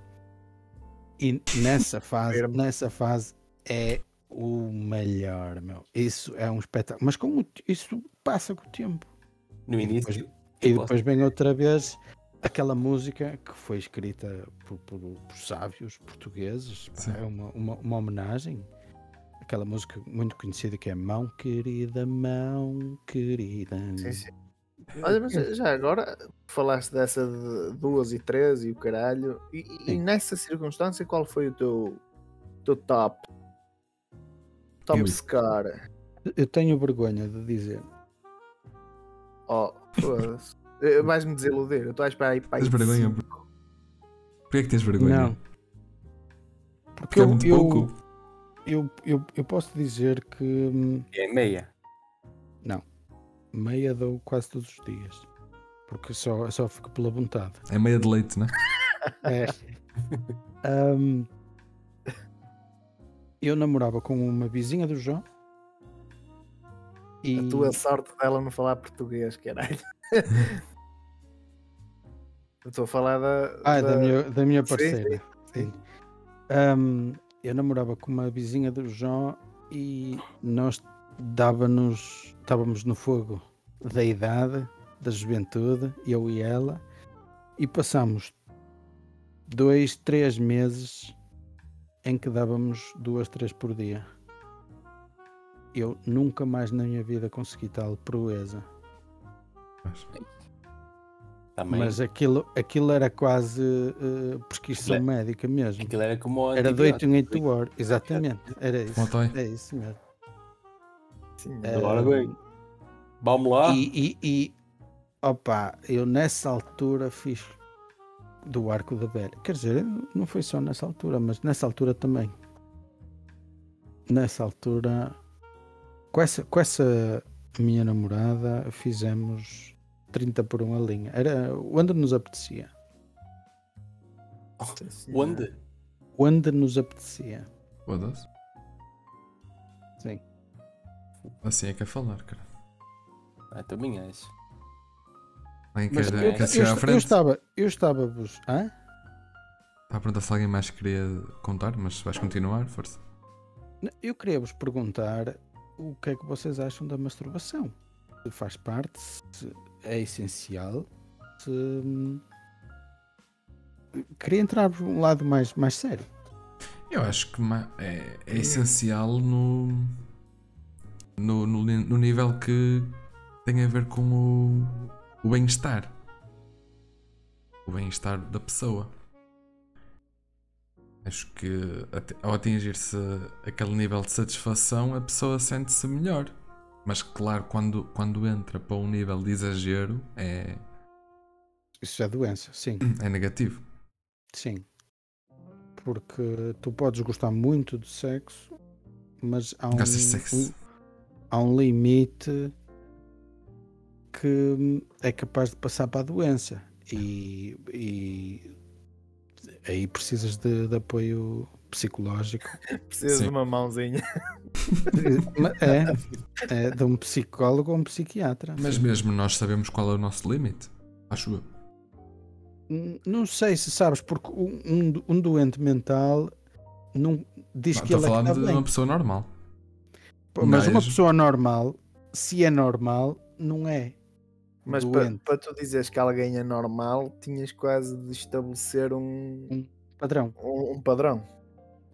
Speaker 4: E nessa fase,
Speaker 1: Firme.
Speaker 4: nessa fase é o melhor, meu. Isso é um espetáculo. Mas com o t- isso passa com o tempo.
Speaker 2: No
Speaker 4: E depois-
Speaker 2: início. tipo, é
Speaker 4: E
Speaker 2: eu posso-
Speaker 4: depois vem outra vez aquela música que foi escrita por, por- por sábios portugueses. pá,
Speaker 3: Sim.
Speaker 4: é uma, uma, uma homenagem. Aquela música muito conhecida que é Mão Querida, Mão Querida.
Speaker 1: Sim, sim. Olha, mas já agora falaste dessa de duas e três e o caralho. E, e
Speaker 4: Sim.
Speaker 1: nessa circunstância, qual foi o teu, teu top? Top
Speaker 3: Eu.
Speaker 1: score.
Speaker 4: Eu tenho vergonha de dizer.
Speaker 1: Oh, foda-se. Eh, Vais-me desiludir. Eu estou à espera aí para
Speaker 3: Tens
Speaker 1: aí.
Speaker 3: vergonha?
Speaker 1: cinco.
Speaker 3: Porquê é que tens vergonha?
Speaker 4: Não.
Speaker 3: Porque é muito
Speaker 4: eu,
Speaker 3: pouco.
Speaker 4: Eu, eu, eu posso dizer que hum,
Speaker 2: É meia.
Speaker 4: meia dou quase todos os dias. Porque só, só fico pela vontade.
Speaker 3: É meia de leite, né?
Speaker 4: É. Ahm, eu namorava com uma vizinha do João. E
Speaker 1: A tua sorte dela não falar português, caralho. Eu estou a falar da.
Speaker 4: Ah, da,
Speaker 1: da-
Speaker 4: minha, da minha
Speaker 1: Sim,
Speaker 4: parceira. Sim. Ahm, eu namorava com uma vizinha do João e nós dava-nos, estávamos no fogo da idade, da juventude, eu e ela, e passámos dois, três meses em que dávamos duas, três por dia. Eu nunca mais na minha vida consegui tal proeza.
Speaker 3: Mas-
Speaker 2: Também.
Speaker 4: Mas aquilo, aquilo era quase eh, prescrição
Speaker 2: Aquilo
Speaker 4: médica mesmo.
Speaker 2: Aquilo era como o
Speaker 4: Era de 8 em 8
Speaker 2: antibiótico.
Speaker 4: horas, exatamente. Era isso.
Speaker 3: Como dói.
Speaker 4: É isso mesmo.
Speaker 1: Sim,
Speaker 3: É.
Speaker 4: Eh,
Speaker 2: Agora bem. Ah. Vamos lá.
Speaker 4: E, e, e opa, eu nessa altura fiz do arco da velha. Quer dizer, não foi só nessa altura, mas nessa altura também. Nessa altura, com essa, com essa minha namorada, fizemos 30 por uma linha. Era onde nos apetecia.
Speaker 1: sim, sim.
Speaker 2: Onde?
Speaker 4: Onde nos apetecia.
Speaker 3: Foda-se.
Speaker 4: Sim.
Speaker 3: Assim é que é falar, cara.
Speaker 2: Ah, também acho.
Speaker 3: Alguém
Speaker 4: Mas
Speaker 3: quer,
Speaker 4: eu,
Speaker 3: quer
Speaker 4: eu-
Speaker 3: chegar
Speaker 4: eu
Speaker 3: à frente? Está
Speaker 4: estava, eu estava-vos. Hã?
Speaker 3: a perguntar se alguém mais queria contar, mas se vais continuar, força.
Speaker 4: N- Eu queria vos perguntar o que é que vocês acham da masturbação. Se faz parte, se é essencial, se. hum, Queria entrar por um lado mais, mais sério.
Speaker 3: Eu acho que ma- é,
Speaker 4: Hum.
Speaker 3: é essencial no, no, no, ni- no nível que tem a ver com o, o bem-estar. O bem-estar da pessoa. Acho que ate- ao atingir-se aquele nível de satisfação, a pessoa sente-se melhor. Mas claro, quando, quando entra para um nível de exagero, é,
Speaker 4: Isso é doença, sim,
Speaker 3: é negativo.
Speaker 4: sim. Porque tu podes gostar muito de sexo, mas há um,
Speaker 3: Gostas de sexo?
Speaker 4: um- há um limite que é capaz de passar para a doença e, e aí precisas de, de apoio psicológico.
Speaker 1: Preciso
Speaker 3: Sim.
Speaker 1: de uma mãozinha.
Speaker 4: Ma- é, é de um psicólogo ou um psiquiatra.
Speaker 3: Mas mesmo nós sabemos qual é o nosso limite. Acho eu.
Speaker 4: N- Não sei se sabes, porque um, um do- um doente mental não diz
Speaker 3: Não,
Speaker 4: que
Speaker 3: Estou a
Speaker 4: ele é que
Speaker 3: falar
Speaker 4: está
Speaker 3: de
Speaker 4: bem.
Speaker 3: uma pessoa normal.
Speaker 4: Pô, Mas uma
Speaker 3: Mas-
Speaker 4: pessoa normal, se é normal, não é.
Speaker 1: Mas para
Speaker 4: doente.
Speaker 1: tu dizeres que alguém é normal, tinhas quase de estabelecer um,
Speaker 4: Padrão.
Speaker 1: um, um padrão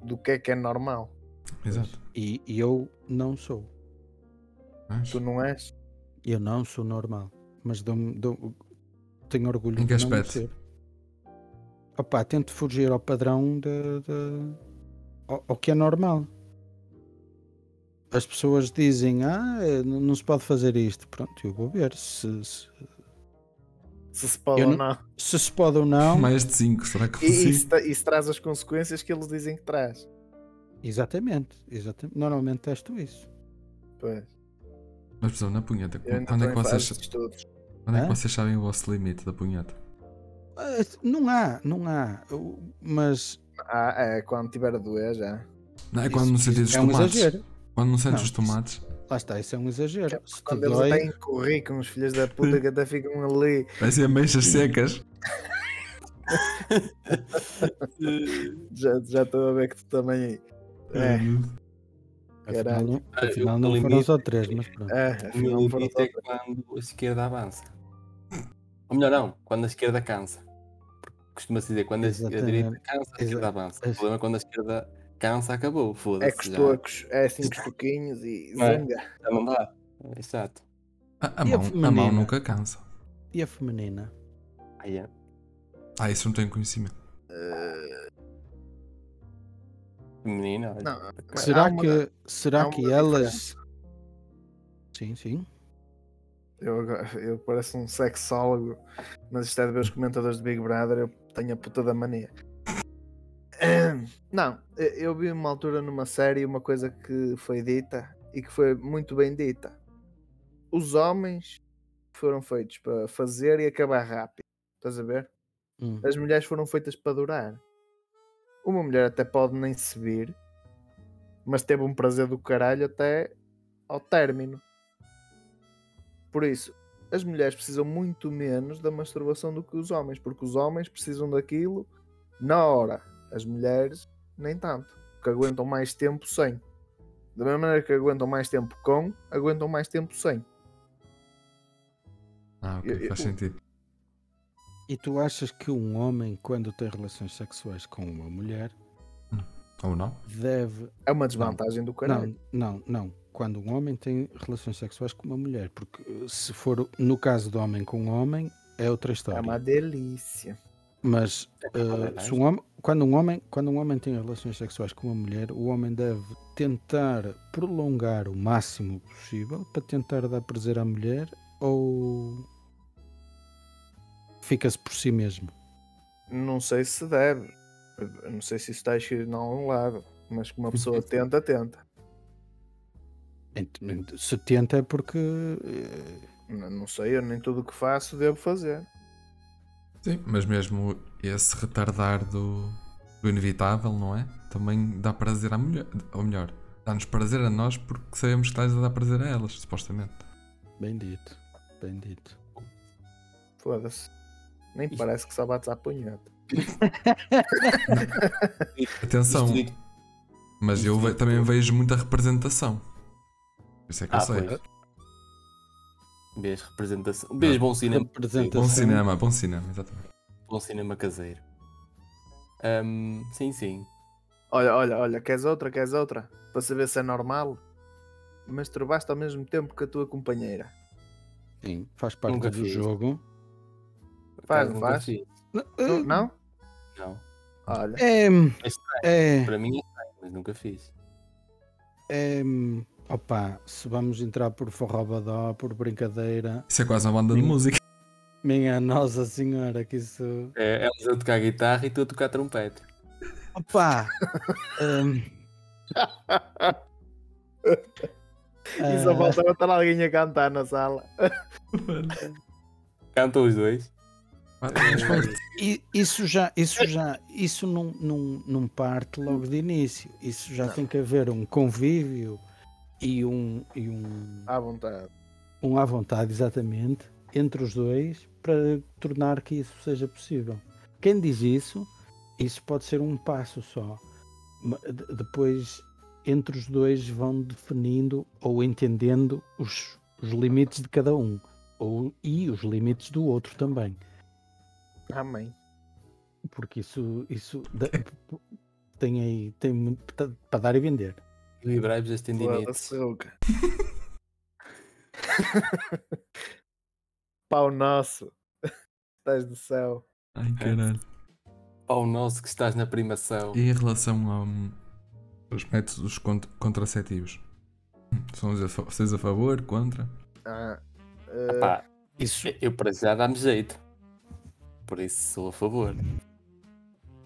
Speaker 1: do que é que é normal.
Speaker 3: Exato.
Speaker 4: E, e eu não sou.
Speaker 3: Mas
Speaker 1: Tu não és?
Speaker 4: Eu não sou normal. Mas dou-me- dou- tenho orgulho
Speaker 3: Em que
Speaker 4: de não
Speaker 3: aspecto?
Speaker 4: ser. Opa, tento fugir ao padrão de, de- ao, ao que é normal. As pessoas dizem, ah, eh, n- não se pode fazer isto. Pronto, eu vou ver se se,
Speaker 1: Se se pode
Speaker 4: Eu
Speaker 1: ou não.
Speaker 4: se se pode ou não.
Speaker 3: Mais de 5, será que
Speaker 1: E e
Speaker 3: consigo?
Speaker 1: se tra- e se traz as consequências que eles dizem que traz.
Speaker 4: Exatamente, exatamente. Normalmente testo isso.
Speaker 1: Pois.
Speaker 3: Mas, por exemplo, na punheta,
Speaker 1: Eu ainda
Speaker 3: quando é,
Speaker 1: estou
Speaker 3: que
Speaker 1: em
Speaker 3: vocês,
Speaker 1: fase de estudos.
Speaker 3: quando é que
Speaker 4: Hã?
Speaker 3: vocês sabem o vosso limite da punheta?
Speaker 4: Ah, Não há, não há. O- Mas
Speaker 1: Ah, é, quando tiver a doer já.
Speaker 3: Não, é
Speaker 4: Isso-
Speaker 3: quando não
Speaker 4: isso
Speaker 3: sentes os
Speaker 4: é um
Speaker 3: tomates.
Speaker 4: exagero.
Speaker 3: Quando não sentes
Speaker 4: Não,
Speaker 3: os tomates,
Speaker 4: Lá está, isso é um exagero. Se te
Speaker 1: Quando eles
Speaker 4: dói,
Speaker 1: até incorri com os filhos da puta que até ficam ali.
Speaker 3: vai ser ameixas secas.
Speaker 1: Já já estou a ver que tu também. É,
Speaker 4: afinal,
Speaker 1: caralho.
Speaker 4: não,
Speaker 2: Ah, eu-
Speaker 4: afinal
Speaker 2: o
Speaker 4: não foram
Speaker 2: limite-
Speaker 4: só três, mas pronto.
Speaker 1: é,
Speaker 2: O meu
Speaker 1: afinal foram
Speaker 2: limite
Speaker 1: só
Speaker 2: é quando a esquerda avança. Ou melhor, não, quando a esquerda cansa. Porque Costuma-se dizer quando a, es- a direita
Speaker 4: Exatamente.
Speaker 2: cansa, a esquerda
Speaker 4: Exa-
Speaker 2: avança. O
Speaker 4: ex-
Speaker 2: problema é quando a esquerda cansa, acabou.
Speaker 1: É
Speaker 2: Foda-se. Já,
Speaker 1: costocos, é cinco toquinhos e
Speaker 2: Não é?
Speaker 1: zanga.
Speaker 2: já não dá. É chato.
Speaker 3: A, a
Speaker 4: E a
Speaker 3: mão, a
Speaker 4: feminina?
Speaker 3: mão nunca cansa.
Speaker 4: E a feminina?
Speaker 2: Ai, é.
Speaker 3: Ah, isso não tenho conhecimento.
Speaker 2: Feminina, olha.
Speaker 1: Não, mas
Speaker 4: será
Speaker 1: há uma-
Speaker 4: que,
Speaker 1: há
Speaker 4: será
Speaker 1: uma
Speaker 4: que elas. Sim, sim.
Speaker 1: Eu, agora- eu pareço um sexólogo, mas isto é de ver os comentadores de Big Brother, eu tenho a puta da mania. Ahem. Não, eu- eu vi uma altura numa série uma coisa que foi dita e que foi muito bem dita. Os homens foram feitos para fazer e acabar rápido. Estás a ver?
Speaker 4: Hum.
Speaker 1: As mulheres foram feitas para durar. Uma mulher até pode nem se vir, mas teve um prazer do caralho até ao término. Por isso, as mulheres precisam muito menos da masturbação do que os homens, porque os homens precisam daquilo na hora. As mulheres, nem tanto, porque aguentam mais tempo sem. Da mesma maneira que aguentam mais tempo com, aguentam mais tempo sem.
Speaker 3: Ah, ok,
Speaker 1: Eu- eu-
Speaker 3: faz sentido.
Speaker 4: E tu achas que um homem, quando tem relações sexuais com uma mulher,
Speaker 3: Ou não?
Speaker 4: deve.
Speaker 1: É uma desvantagem do caralho.
Speaker 4: Não, não, não. Quando um homem tem relações sexuais com uma mulher, porque eh, se for no caso de homem com homem, é outra história.
Speaker 1: é uma delícia.
Speaker 4: Mas eh,
Speaker 2: verdade.
Speaker 4: se um homem, quando, um homem, quando um homem tem relações sexuais com uma mulher, o homem deve tentar prolongar o máximo possível para tentar dar prazer à mulher ou fica-se por si mesmo.
Speaker 1: Não sei se deve. Eu Não sei se isso está escrito em algum lado. Mas que uma pessoa tenta, tenta.
Speaker 4: Ent- ent- Se tenta é porque eh,
Speaker 1: N- Não sei, eu nem tudo o que faço devo fazer.
Speaker 3: Sim, mas mesmo esse retardar do, do inevitável, não é? Também dá prazer à mulher. Ou melhor, dá-nos prazer a nós porque sabemos que estás a dar prazer a elas, supostamente.
Speaker 4: bem dito, bem dito.
Speaker 1: Foda-se. Nem parece que só bates à punheta.
Speaker 3: Atenção,
Speaker 2: Isto digo-
Speaker 3: mas eu ve- também vejo muita representação. Isso é que
Speaker 2: Ah,
Speaker 3: eu sei.
Speaker 2: pois. Vês representação. Vês bom Um cinema.
Speaker 4: Representação.
Speaker 3: Bom Um cinema, bom cinema, exatamente.
Speaker 2: Bom cinema caseiro. Ahm, sim, sim.
Speaker 1: Olha, olha, olha, queres outra, queres outra? Para saber se é normal. Masturbaste ao mesmo tempo que a tua companheira.
Speaker 4: Sim, faz parte
Speaker 2: Nunca
Speaker 4: do
Speaker 2: fiz.
Speaker 4: jogo. eh,
Speaker 2: Por
Speaker 1: Faz,
Speaker 2: acaso
Speaker 1: não
Speaker 2: nunca
Speaker 1: faz?
Speaker 2: fiz.
Speaker 1: Tu- Não?
Speaker 2: Não.
Speaker 1: Olha.
Speaker 4: É,
Speaker 2: É estranho.
Speaker 4: é,
Speaker 2: Para mim é estranho, mas nunca fiz.
Speaker 4: é, opa, se vamos entrar por forrobadó, por brincadeira,
Speaker 3: Isso é quase uma banda de música.
Speaker 4: Minha Nossa Senhora, que isso.
Speaker 2: É, elas a tocar guitarra e tu a tocar trompete.
Speaker 4: Opa! Hum,
Speaker 1: E só
Speaker 4: ah,
Speaker 1: faltava estar alguém a cantar na sala.
Speaker 2: Cantam os dois.
Speaker 3: Quatro anos Ah, é forte.
Speaker 4: I- Isso já, isso já, isso não, não, não parte logo de início. Isso já tem que haver um convívio e um, e um,
Speaker 1: à vontade.
Speaker 4: um à vontade, exatamente, entre os dois para tornar que isso seja possível. Quem diz isso, isso pode ser um passo só. Ma- de- Depois, entre os dois, vão definindo ou entendendo os, os limites de cada um ou, e os limites do outro também
Speaker 1: Amém.
Speaker 4: porque isso, isso da- tem aí tem muito para dar e vender.
Speaker 2: Equilibrai-vos as tendinites.
Speaker 1: Foda-se, Ruka. Pau nosso. Estás do céu.
Speaker 3: Ai caralho.
Speaker 2: Pau nosso que estás na primação.
Speaker 3: E em relação ao- hum, aos métodos cont- contraceptivos? Hum, São os a fa- vocês a favor, contra?
Speaker 1: Ah, eh,
Speaker 2: Epá,
Speaker 4: Isso
Speaker 2: É eu para já dá-me jeito. Por isso sou a favor.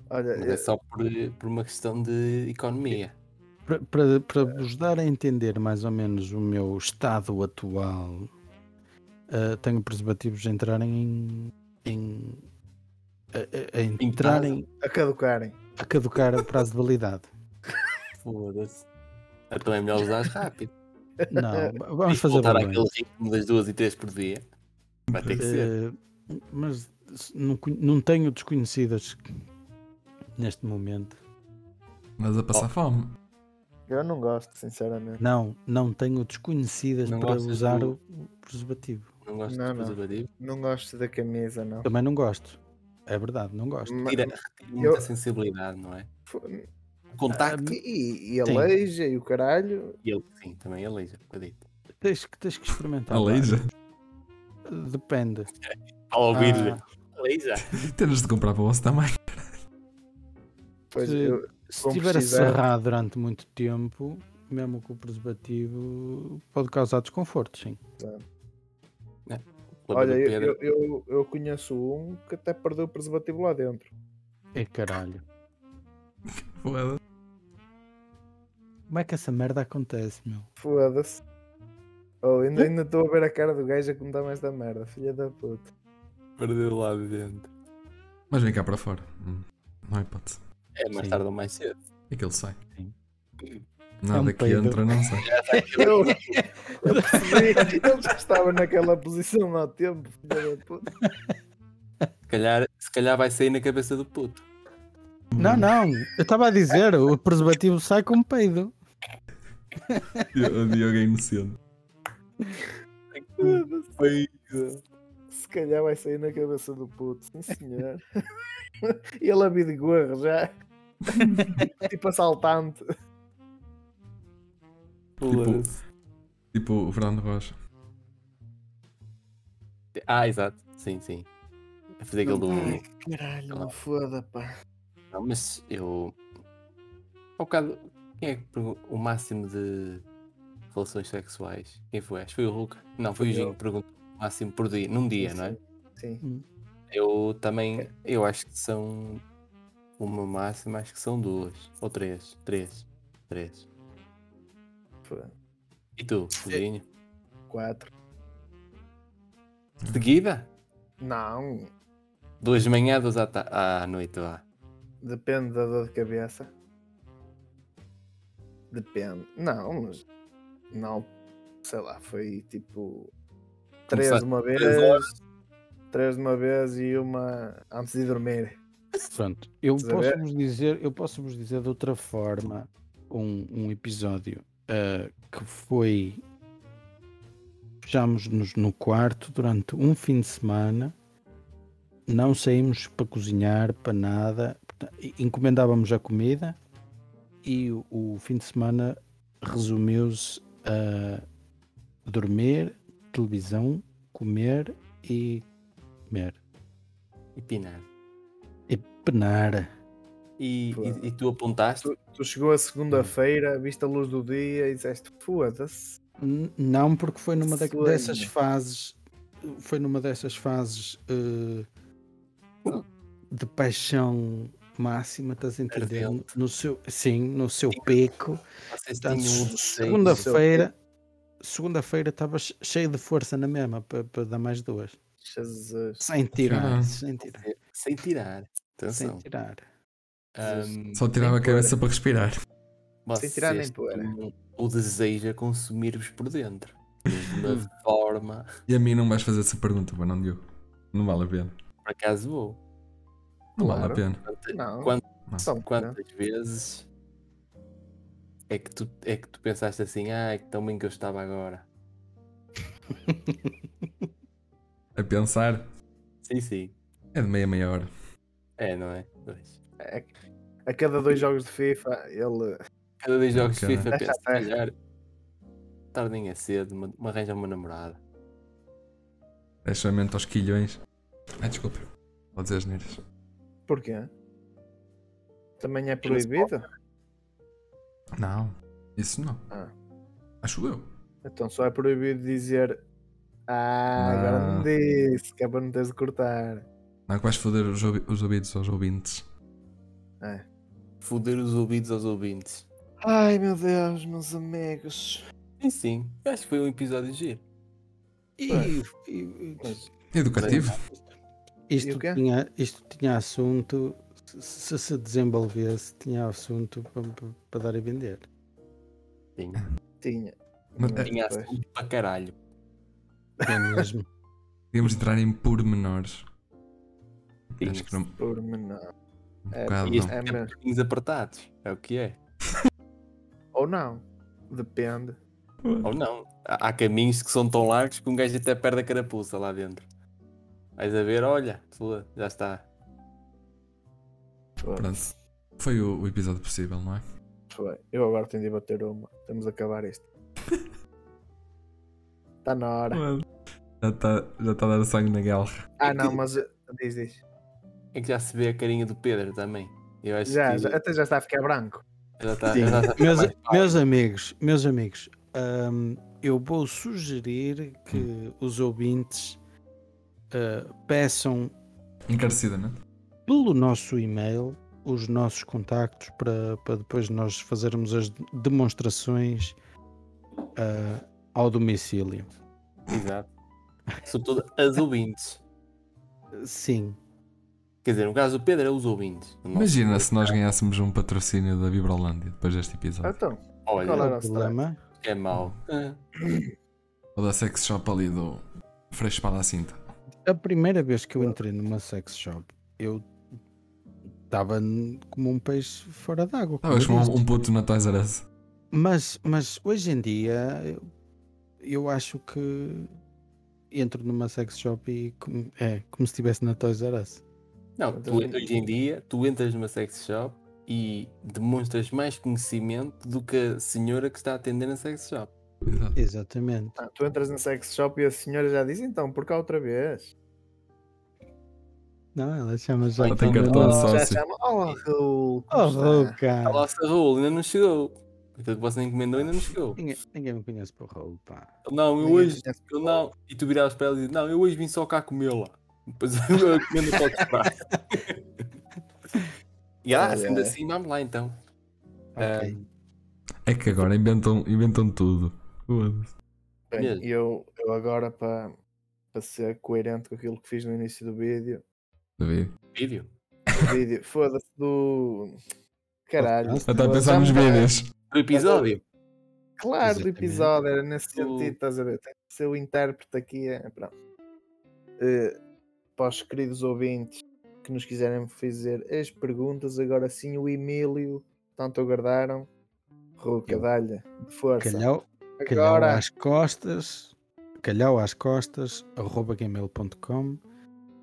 Speaker 1: olha,
Speaker 2: Mas
Speaker 1: eu-
Speaker 2: é só por, por uma questão de economia.
Speaker 4: para vos dar a entender mais ou menos o meu estado atual, ah, tenho preservativos a entrarem em, em- a, a- a entrarem
Speaker 1: a caducarem.
Speaker 4: a caducar o prazo de validade.
Speaker 2: Foda-se. Então é melhor usar rápido.
Speaker 4: Não, v-
Speaker 2: Tem
Speaker 4: vamos
Speaker 2: que
Speaker 4: fazer
Speaker 2: voltar
Speaker 4: bem.
Speaker 2: àquele ritmo das duas e três por dia. Vai ter que ser.
Speaker 4: Ah, mas se- não, conhe- não tenho desconhecidas neste momento.
Speaker 3: Mas a passar fome.
Speaker 1: Eu não gosto, sinceramente.
Speaker 4: Não, não tenho desconhecidas
Speaker 2: Não
Speaker 4: para
Speaker 2: gostas
Speaker 4: usar
Speaker 2: do-
Speaker 4: o preservativo.
Speaker 2: Não gosto
Speaker 1: Eh, Não,
Speaker 2: de
Speaker 1: não.
Speaker 2: preservativo.
Speaker 1: Não gosto da camisa, não.
Speaker 4: Também não gosto. É verdade, não gosto.
Speaker 1: Ma-
Speaker 2: Tira, retira muita
Speaker 1: eu-
Speaker 2: sensibilidade, não é?
Speaker 1: f-
Speaker 2: O contacto
Speaker 1: E, e
Speaker 4: Sim.
Speaker 1: aleija e o caralho.
Speaker 2: e ele sim, também aleija, acredito.
Speaker 4: Tens que, tens que experimentar. pá.
Speaker 3: Aleija.
Speaker 4: Depende.
Speaker 2: Ao ouvir-lhe.
Speaker 4: Ah,
Speaker 2: Aleija.
Speaker 3: Temos de comprar para o vosso tamanho.
Speaker 1: Pois
Speaker 4: Se-
Speaker 1: eu,
Speaker 4: se
Speaker 1: Vão
Speaker 4: estiver a
Speaker 1: precisar.
Speaker 4: serrar durante muito tempo, mesmo com o preservativo, pode causar desconforto, sim.
Speaker 1: olha, eu, eu, eu, eu conheço um que até perdeu o preservativo lá dentro.
Speaker 4: É caralho.
Speaker 3: Foda-se.
Speaker 4: Como é que essa merda acontece, meu?
Speaker 1: Foda-se. Oh, ainda ainda estou a ver a cara do gajo a contar mais da merda, filha da puta.
Speaker 2: Perdeu lá de dentro.
Speaker 3: Mas vem cá para fora. Hum, Não há hipótese.
Speaker 2: É, mais
Speaker 4: Sim.
Speaker 2: tarde ou mais cedo.
Speaker 3: É que ele sai.
Speaker 4: Sim. É um
Speaker 3: Nada que
Speaker 4: peido.
Speaker 3: entra não sai.
Speaker 1: Eu, eu percebi, ele já estava naquela posição há tempo, filha da puta.
Speaker 2: Se calhar, se calhar vai sair na cabeça do puto.
Speaker 4: Não, não. Eu estava a dizer, o preservativo sai com peido.
Speaker 3: Eu odio alguém inocente.
Speaker 1: Foda-se.
Speaker 2: Pois.
Speaker 1: Se calhar vai sair na cabeça do puto, sim senhor. ele a bidegorro já. tipo assaltante.
Speaker 3: Tipo o Fernando Rocha.
Speaker 2: Ah, exato. Sim, sim. A fazer aquele do.
Speaker 1: Caralho,
Speaker 2: não
Speaker 1: foda, pá.
Speaker 2: Não, mas eu. Há um bocado. Quem é que pergun- o máximo de relações sexuais? Quem foi? Acho que foi o Hulk. Não, foi o
Speaker 1: Fui
Speaker 2: Ginho
Speaker 1: eu.
Speaker 2: que perguntou o máximo por dia, num dia, não é?
Speaker 1: Sim. É.
Speaker 2: Eu também. Eu acho que são. Uma máxima, acho que são duas. Ou três. Três. Três.
Speaker 1: Foda.
Speaker 2: E tu, Ginho?
Speaker 1: Quatro.
Speaker 2: Seguida?
Speaker 1: Não.
Speaker 2: Duas de manhã, duas à, ta- à noite, vá.
Speaker 1: Depende da dor de cabeça. Depende. Não, mas. Não. Sei lá, foi tipo. Três de
Speaker 2: Começar-
Speaker 1: uma vez.
Speaker 2: três horas.
Speaker 1: Três de uma vez e uma antes de dormir.
Speaker 4: Pronto, eu
Speaker 1: Estás a ver?
Speaker 4: posso vos dizer, eu posso vos dizer de outra forma um, um episódio ah, que foi fechámos-nos no quarto durante um fim de semana, não saímos para cozinhar, para nada, porta- e- encomendávamos a comida e o, o fim de semana resumiu-se a dormir, televisão, comer e comer.
Speaker 2: E pinar.
Speaker 4: E penar.
Speaker 2: E,
Speaker 1: Claro.
Speaker 2: e, e tu apontaste?
Speaker 1: Tu, tu chegou a segunda-feira, viste a luz do dia e disseste: foda-se.
Speaker 4: N- Não, porque foi numa da-
Speaker 1: Sonho.
Speaker 4: dessas fases. Foi numa dessas fases eh, de paixão máxima, estás a entender?
Speaker 2: Ardente.
Speaker 4: No seu, sim, no seu pico.
Speaker 2: Vocês
Speaker 4: Portanto,
Speaker 2: tinham um
Speaker 1: no
Speaker 2: segunda
Speaker 1: seu
Speaker 4: segunda-feira, segunda-feira estava che- cheio de força na mesma para, para dar mais duas.
Speaker 1: Jesus.
Speaker 4: Sem tirar,
Speaker 3: Caramba.
Speaker 4: sem tirar,
Speaker 2: Sem tirar.
Speaker 4: sem
Speaker 2: Atenção.
Speaker 4: tirar.
Speaker 2: Ahm,
Speaker 3: Só tirava a
Speaker 2: nem pôr.
Speaker 3: cabeça para respirar.
Speaker 1: Sem tirar nem
Speaker 2: Vocês
Speaker 1: pôr.
Speaker 2: têm O desejo a consumir-vos por dentro. De uma forma.
Speaker 3: E a mim não vais fazer essa pergunta, pá, não Diogo. Não vale a pena.
Speaker 2: Por acaso vou.
Speaker 3: Não vale
Speaker 1: Claro.
Speaker 3: a pena.
Speaker 2: Quanta-
Speaker 1: Não. um
Speaker 2: Quanto-
Speaker 1: São, não?
Speaker 2: Quantas vezes é que, tu, é que tu pensaste assim, ah, que tão bem que eu estava agora?
Speaker 3: A pensar
Speaker 2: Sim, sim.
Speaker 3: é de meia meia hora.
Speaker 2: É, não é? Dois.
Speaker 1: É que A cada dois jogos de FIFA, ele.
Speaker 2: Cada dois jogos de
Speaker 3: Ok.
Speaker 2: FIFA
Speaker 1: Deixa
Speaker 2: penso, se
Speaker 1: a terra.
Speaker 2: calhar, tarde é cedo, me, me arranja uma namorada.
Speaker 3: Deixamento aos quilhões. Ah, desculpa. Vou dizer as neiras.
Speaker 1: Porquê? Também é proibido?
Speaker 3: Não. Isso não.
Speaker 1: Ah.
Speaker 3: Acho eu.
Speaker 1: Então só é proibido dizer. Ah, agora
Speaker 3: Ah.
Speaker 1: não disse, que é para não teres de cortar.
Speaker 3: Não é que vais foder os, ouvi- os ouvidos aos ouvintes.
Speaker 2: Foder os ouvidos aos ouvintes.
Speaker 1: Ai meu Deus, meus amigos.
Speaker 2: Sim, sim. Eu Acho que foi um episódio giro.
Speaker 4: E,
Speaker 1: Pois.
Speaker 4: e-
Speaker 1: Mas-
Speaker 3: É Educativo.
Speaker 1: E o
Speaker 4: isto,
Speaker 1: quê?
Speaker 4: tinha, isto tinha assunto, se se desenvolvesse, tinha assunto para, para dar a vender.
Speaker 2: Sim.
Speaker 1: Tinha.
Speaker 3: Mas, é-
Speaker 2: Tinha
Speaker 1: Pois.
Speaker 2: assunto para caralho.
Speaker 4: É mesmo.
Speaker 3: Podíamos entrar em pormenores.
Speaker 2: Sim.
Speaker 3: Acho que não.
Speaker 1: Por menor.
Speaker 3: Um
Speaker 1: É,
Speaker 3: bocado
Speaker 2: E este
Speaker 3: não.
Speaker 1: É
Speaker 2: é
Speaker 1: mesmo.
Speaker 2: porquinhos apertados. É o que é.
Speaker 1: Ou não. Depende.
Speaker 2: Ou não. Há, há caminhos que são tão largos que um gajo até perde a carapuça lá dentro. Vais a ver, olha, tu- já está.
Speaker 1: Foi,
Speaker 3: Pronto. Foi o, o episódio possível, não é?
Speaker 1: foi. Eu agora tenho de bater uma. Temos de acabar isto. Está na hora.
Speaker 3: Já está já tá a dar sangue na guerra.
Speaker 1: Ah não, mas. uh, Diz, diz.
Speaker 2: É que já se vê a carinha do Pedro também. Eu acho
Speaker 1: Já,
Speaker 2: que
Speaker 1: já- até já está a ficar branco.
Speaker 2: já está.
Speaker 4: Sim.
Speaker 2: já está a ficar
Speaker 4: meus,
Speaker 2: mais pálida.
Speaker 4: meus amigos, meus amigos, hum, eu vou sugerir que os ouvintes uh, peçam
Speaker 3: Encarecidamente.
Speaker 4: pelo nosso e-mail os nossos contactos para, para depois nós fazermos as demonstrações uh, ao domicílio.
Speaker 2: Exato. Sobretudo as ouvintes.
Speaker 4: Sim,
Speaker 2: Quer dizer, no caso do Pedro é os ouvintes. O nosso-
Speaker 3: Imagina se nós ganhássemos um patrocínio da Vibrolândia depois deste episódio.
Speaker 1: Então,
Speaker 2: Olha,
Speaker 1: Qual
Speaker 4: é
Speaker 1: era
Speaker 4: o
Speaker 1: o
Speaker 4: problema.
Speaker 2: é mau. Ah,
Speaker 3: Ou da sex shop ali do Freixo Espada à Cinta.
Speaker 4: A primeira vez que eu entrei numa sex shop, eu estava n- como um peixe fora d'água. como
Speaker 3: Estavas com
Speaker 4: eu
Speaker 3: um,
Speaker 4: disse.
Speaker 3: um puto na Toys R Us.
Speaker 4: Mas, mas hoje em dia eu, eu acho que entro numa sex shop e como- é como se estivesse na Toys R Us.
Speaker 2: Não, tu, hoje em dia tu entras numa sex shop e demonstras mais conhecimento do que a senhora que está a atender na sex shop.
Speaker 3: Exato.
Speaker 4: Exatamente.
Speaker 1: ah, tu entras na sex shop e a senhora já diz então, por cá outra vez.
Speaker 4: Não, ela chama já.
Speaker 2: Ela
Speaker 3: tem
Speaker 4: também.
Speaker 3: cartão de
Speaker 4: Oh,
Speaker 3: sócio.
Speaker 1: Já
Speaker 3: sim.
Speaker 1: chama. Oh, Raul. como
Speaker 4: Oh,
Speaker 1: está?"
Speaker 4: Rouca!
Speaker 2: A nossa Raul ainda não chegou. Aquilo que você encomendou ainda não chegou.
Speaker 4: Ninguém, ninguém me conhece por Raul, pá.
Speaker 2: Ele, Não, eu
Speaker 1: Ninguém
Speaker 2: hoje,
Speaker 1: conhece
Speaker 2: eu não. E tu viravas para ela e dizes, não, eu hoje vim só cá comê-la. Depois eu comendo para outro prato. E ela,
Speaker 1: Olha.
Speaker 2: sendo assim, vamos lá então.
Speaker 4: Ok.
Speaker 3: É que agora inventam, inventam tudo. Foda-se.
Speaker 1: Bem,
Speaker 2: Mesmo.
Speaker 1: eu, eu agora para para ser coerente com aquilo que fiz no início do vídeo,
Speaker 3: Sabia?
Speaker 2: Vídeo.
Speaker 1: o vídeo foda-se do caralho.
Speaker 3: Eu estava a pensar nos
Speaker 1: Já me tá-
Speaker 3: vídeos.
Speaker 2: Do episódio.
Speaker 1: Claro, do
Speaker 4: Exatamente.
Speaker 1: episódio, era nesse
Speaker 2: O-
Speaker 1: sentido, estás a ver? Tem que ser o intérprete aqui, é, pronto. Eh, para os queridos ouvintes que nos quiserem fazer as perguntas, agora sim o Emílio, tanto aguardaram. Ruca,
Speaker 4: Eu-
Speaker 1: dá-lhe, força.
Speaker 4: Calhau, calhau
Speaker 1: agora,
Speaker 4: às costas, calhau às costas, arroba gmail.com,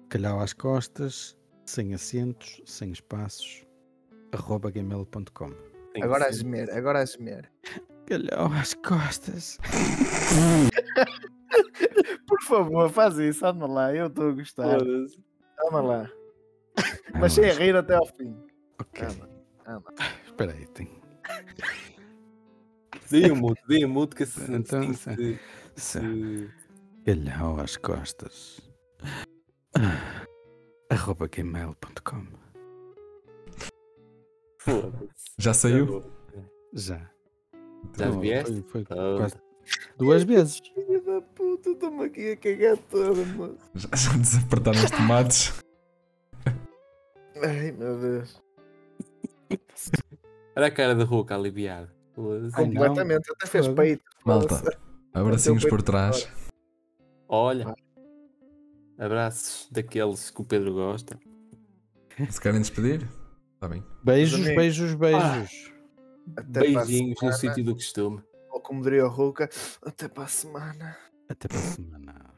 Speaker 4: calhau às costas, sem acentos, sem espaços, arroba gmail.com.
Speaker 2: Tem que
Speaker 1: agora a
Speaker 2: ser.
Speaker 1: gemer, agora a gemer.
Speaker 4: Calhau às costas.
Speaker 1: Por favor, faz isso, anda lá, eu estou a gostar.
Speaker 2: Foda-se.
Speaker 1: Anda lá. Mas é sem rir até ao fim.
Speaker 4: Ok.
Speaker 1: Anda, anda.
Speaker 4: Espera aí, tenho.
Speaker 2: Dei um mute, dei um mute que eh, se.
Speaker 4: Então,
Speaker 2: se-
Speaker 4: sim.
Speaker 2: se-
Speaker 4: Sim.
Speaker 2: se-
Speaker 4: Calhau às costas. Ah, Arroba gmail.com.
Speaker 2: Foda-se.
Speaker 3: Já saiu?
Speaker 4: Já.
Speaker 2: Já
Speaker 4: Não,
Speaker 2: vieste?
Speaker 4: Foi, foi
Speaker 2: Pronto.
Speaker 1: Ah.
Speaker 4: quase duas vezes.
Speaker 1: Filho da puta. puto, estou-me aqui a cagar toda, moço.
Speaker 3: Já, já desapertaram os tomates.
Speaker 1: Ai, meu Deus.
Speaker 2: Era a cara de Ruca aliviado. Foda-se.
Speaker 4: Ai, não.
Speaker 1: Completamente, até fez
Speaker 4: Fogo.
Speaker 1: peito.
Speaker 3: Malta,
Speaker 1: Nossa.
Speaker 3: abracinhos por trás.
Speaker 2: Olha. Abraços daqueles que o Pedro gosta.
Speaker 3: Se querem despedir, está bem.
Speaker 4: Beijos,
Speaker 1: Amigos.
Speaker 4: beijos, beijos.
Speaker 1: Ah. Até para a
Speaker 2: Beijinhos no
Speaker 1: semana.
Speaker 2: sítio do costume.
Speaker 1: Ou como diria o Ruka, até para a semana.
Speaker 4: Até para a semana.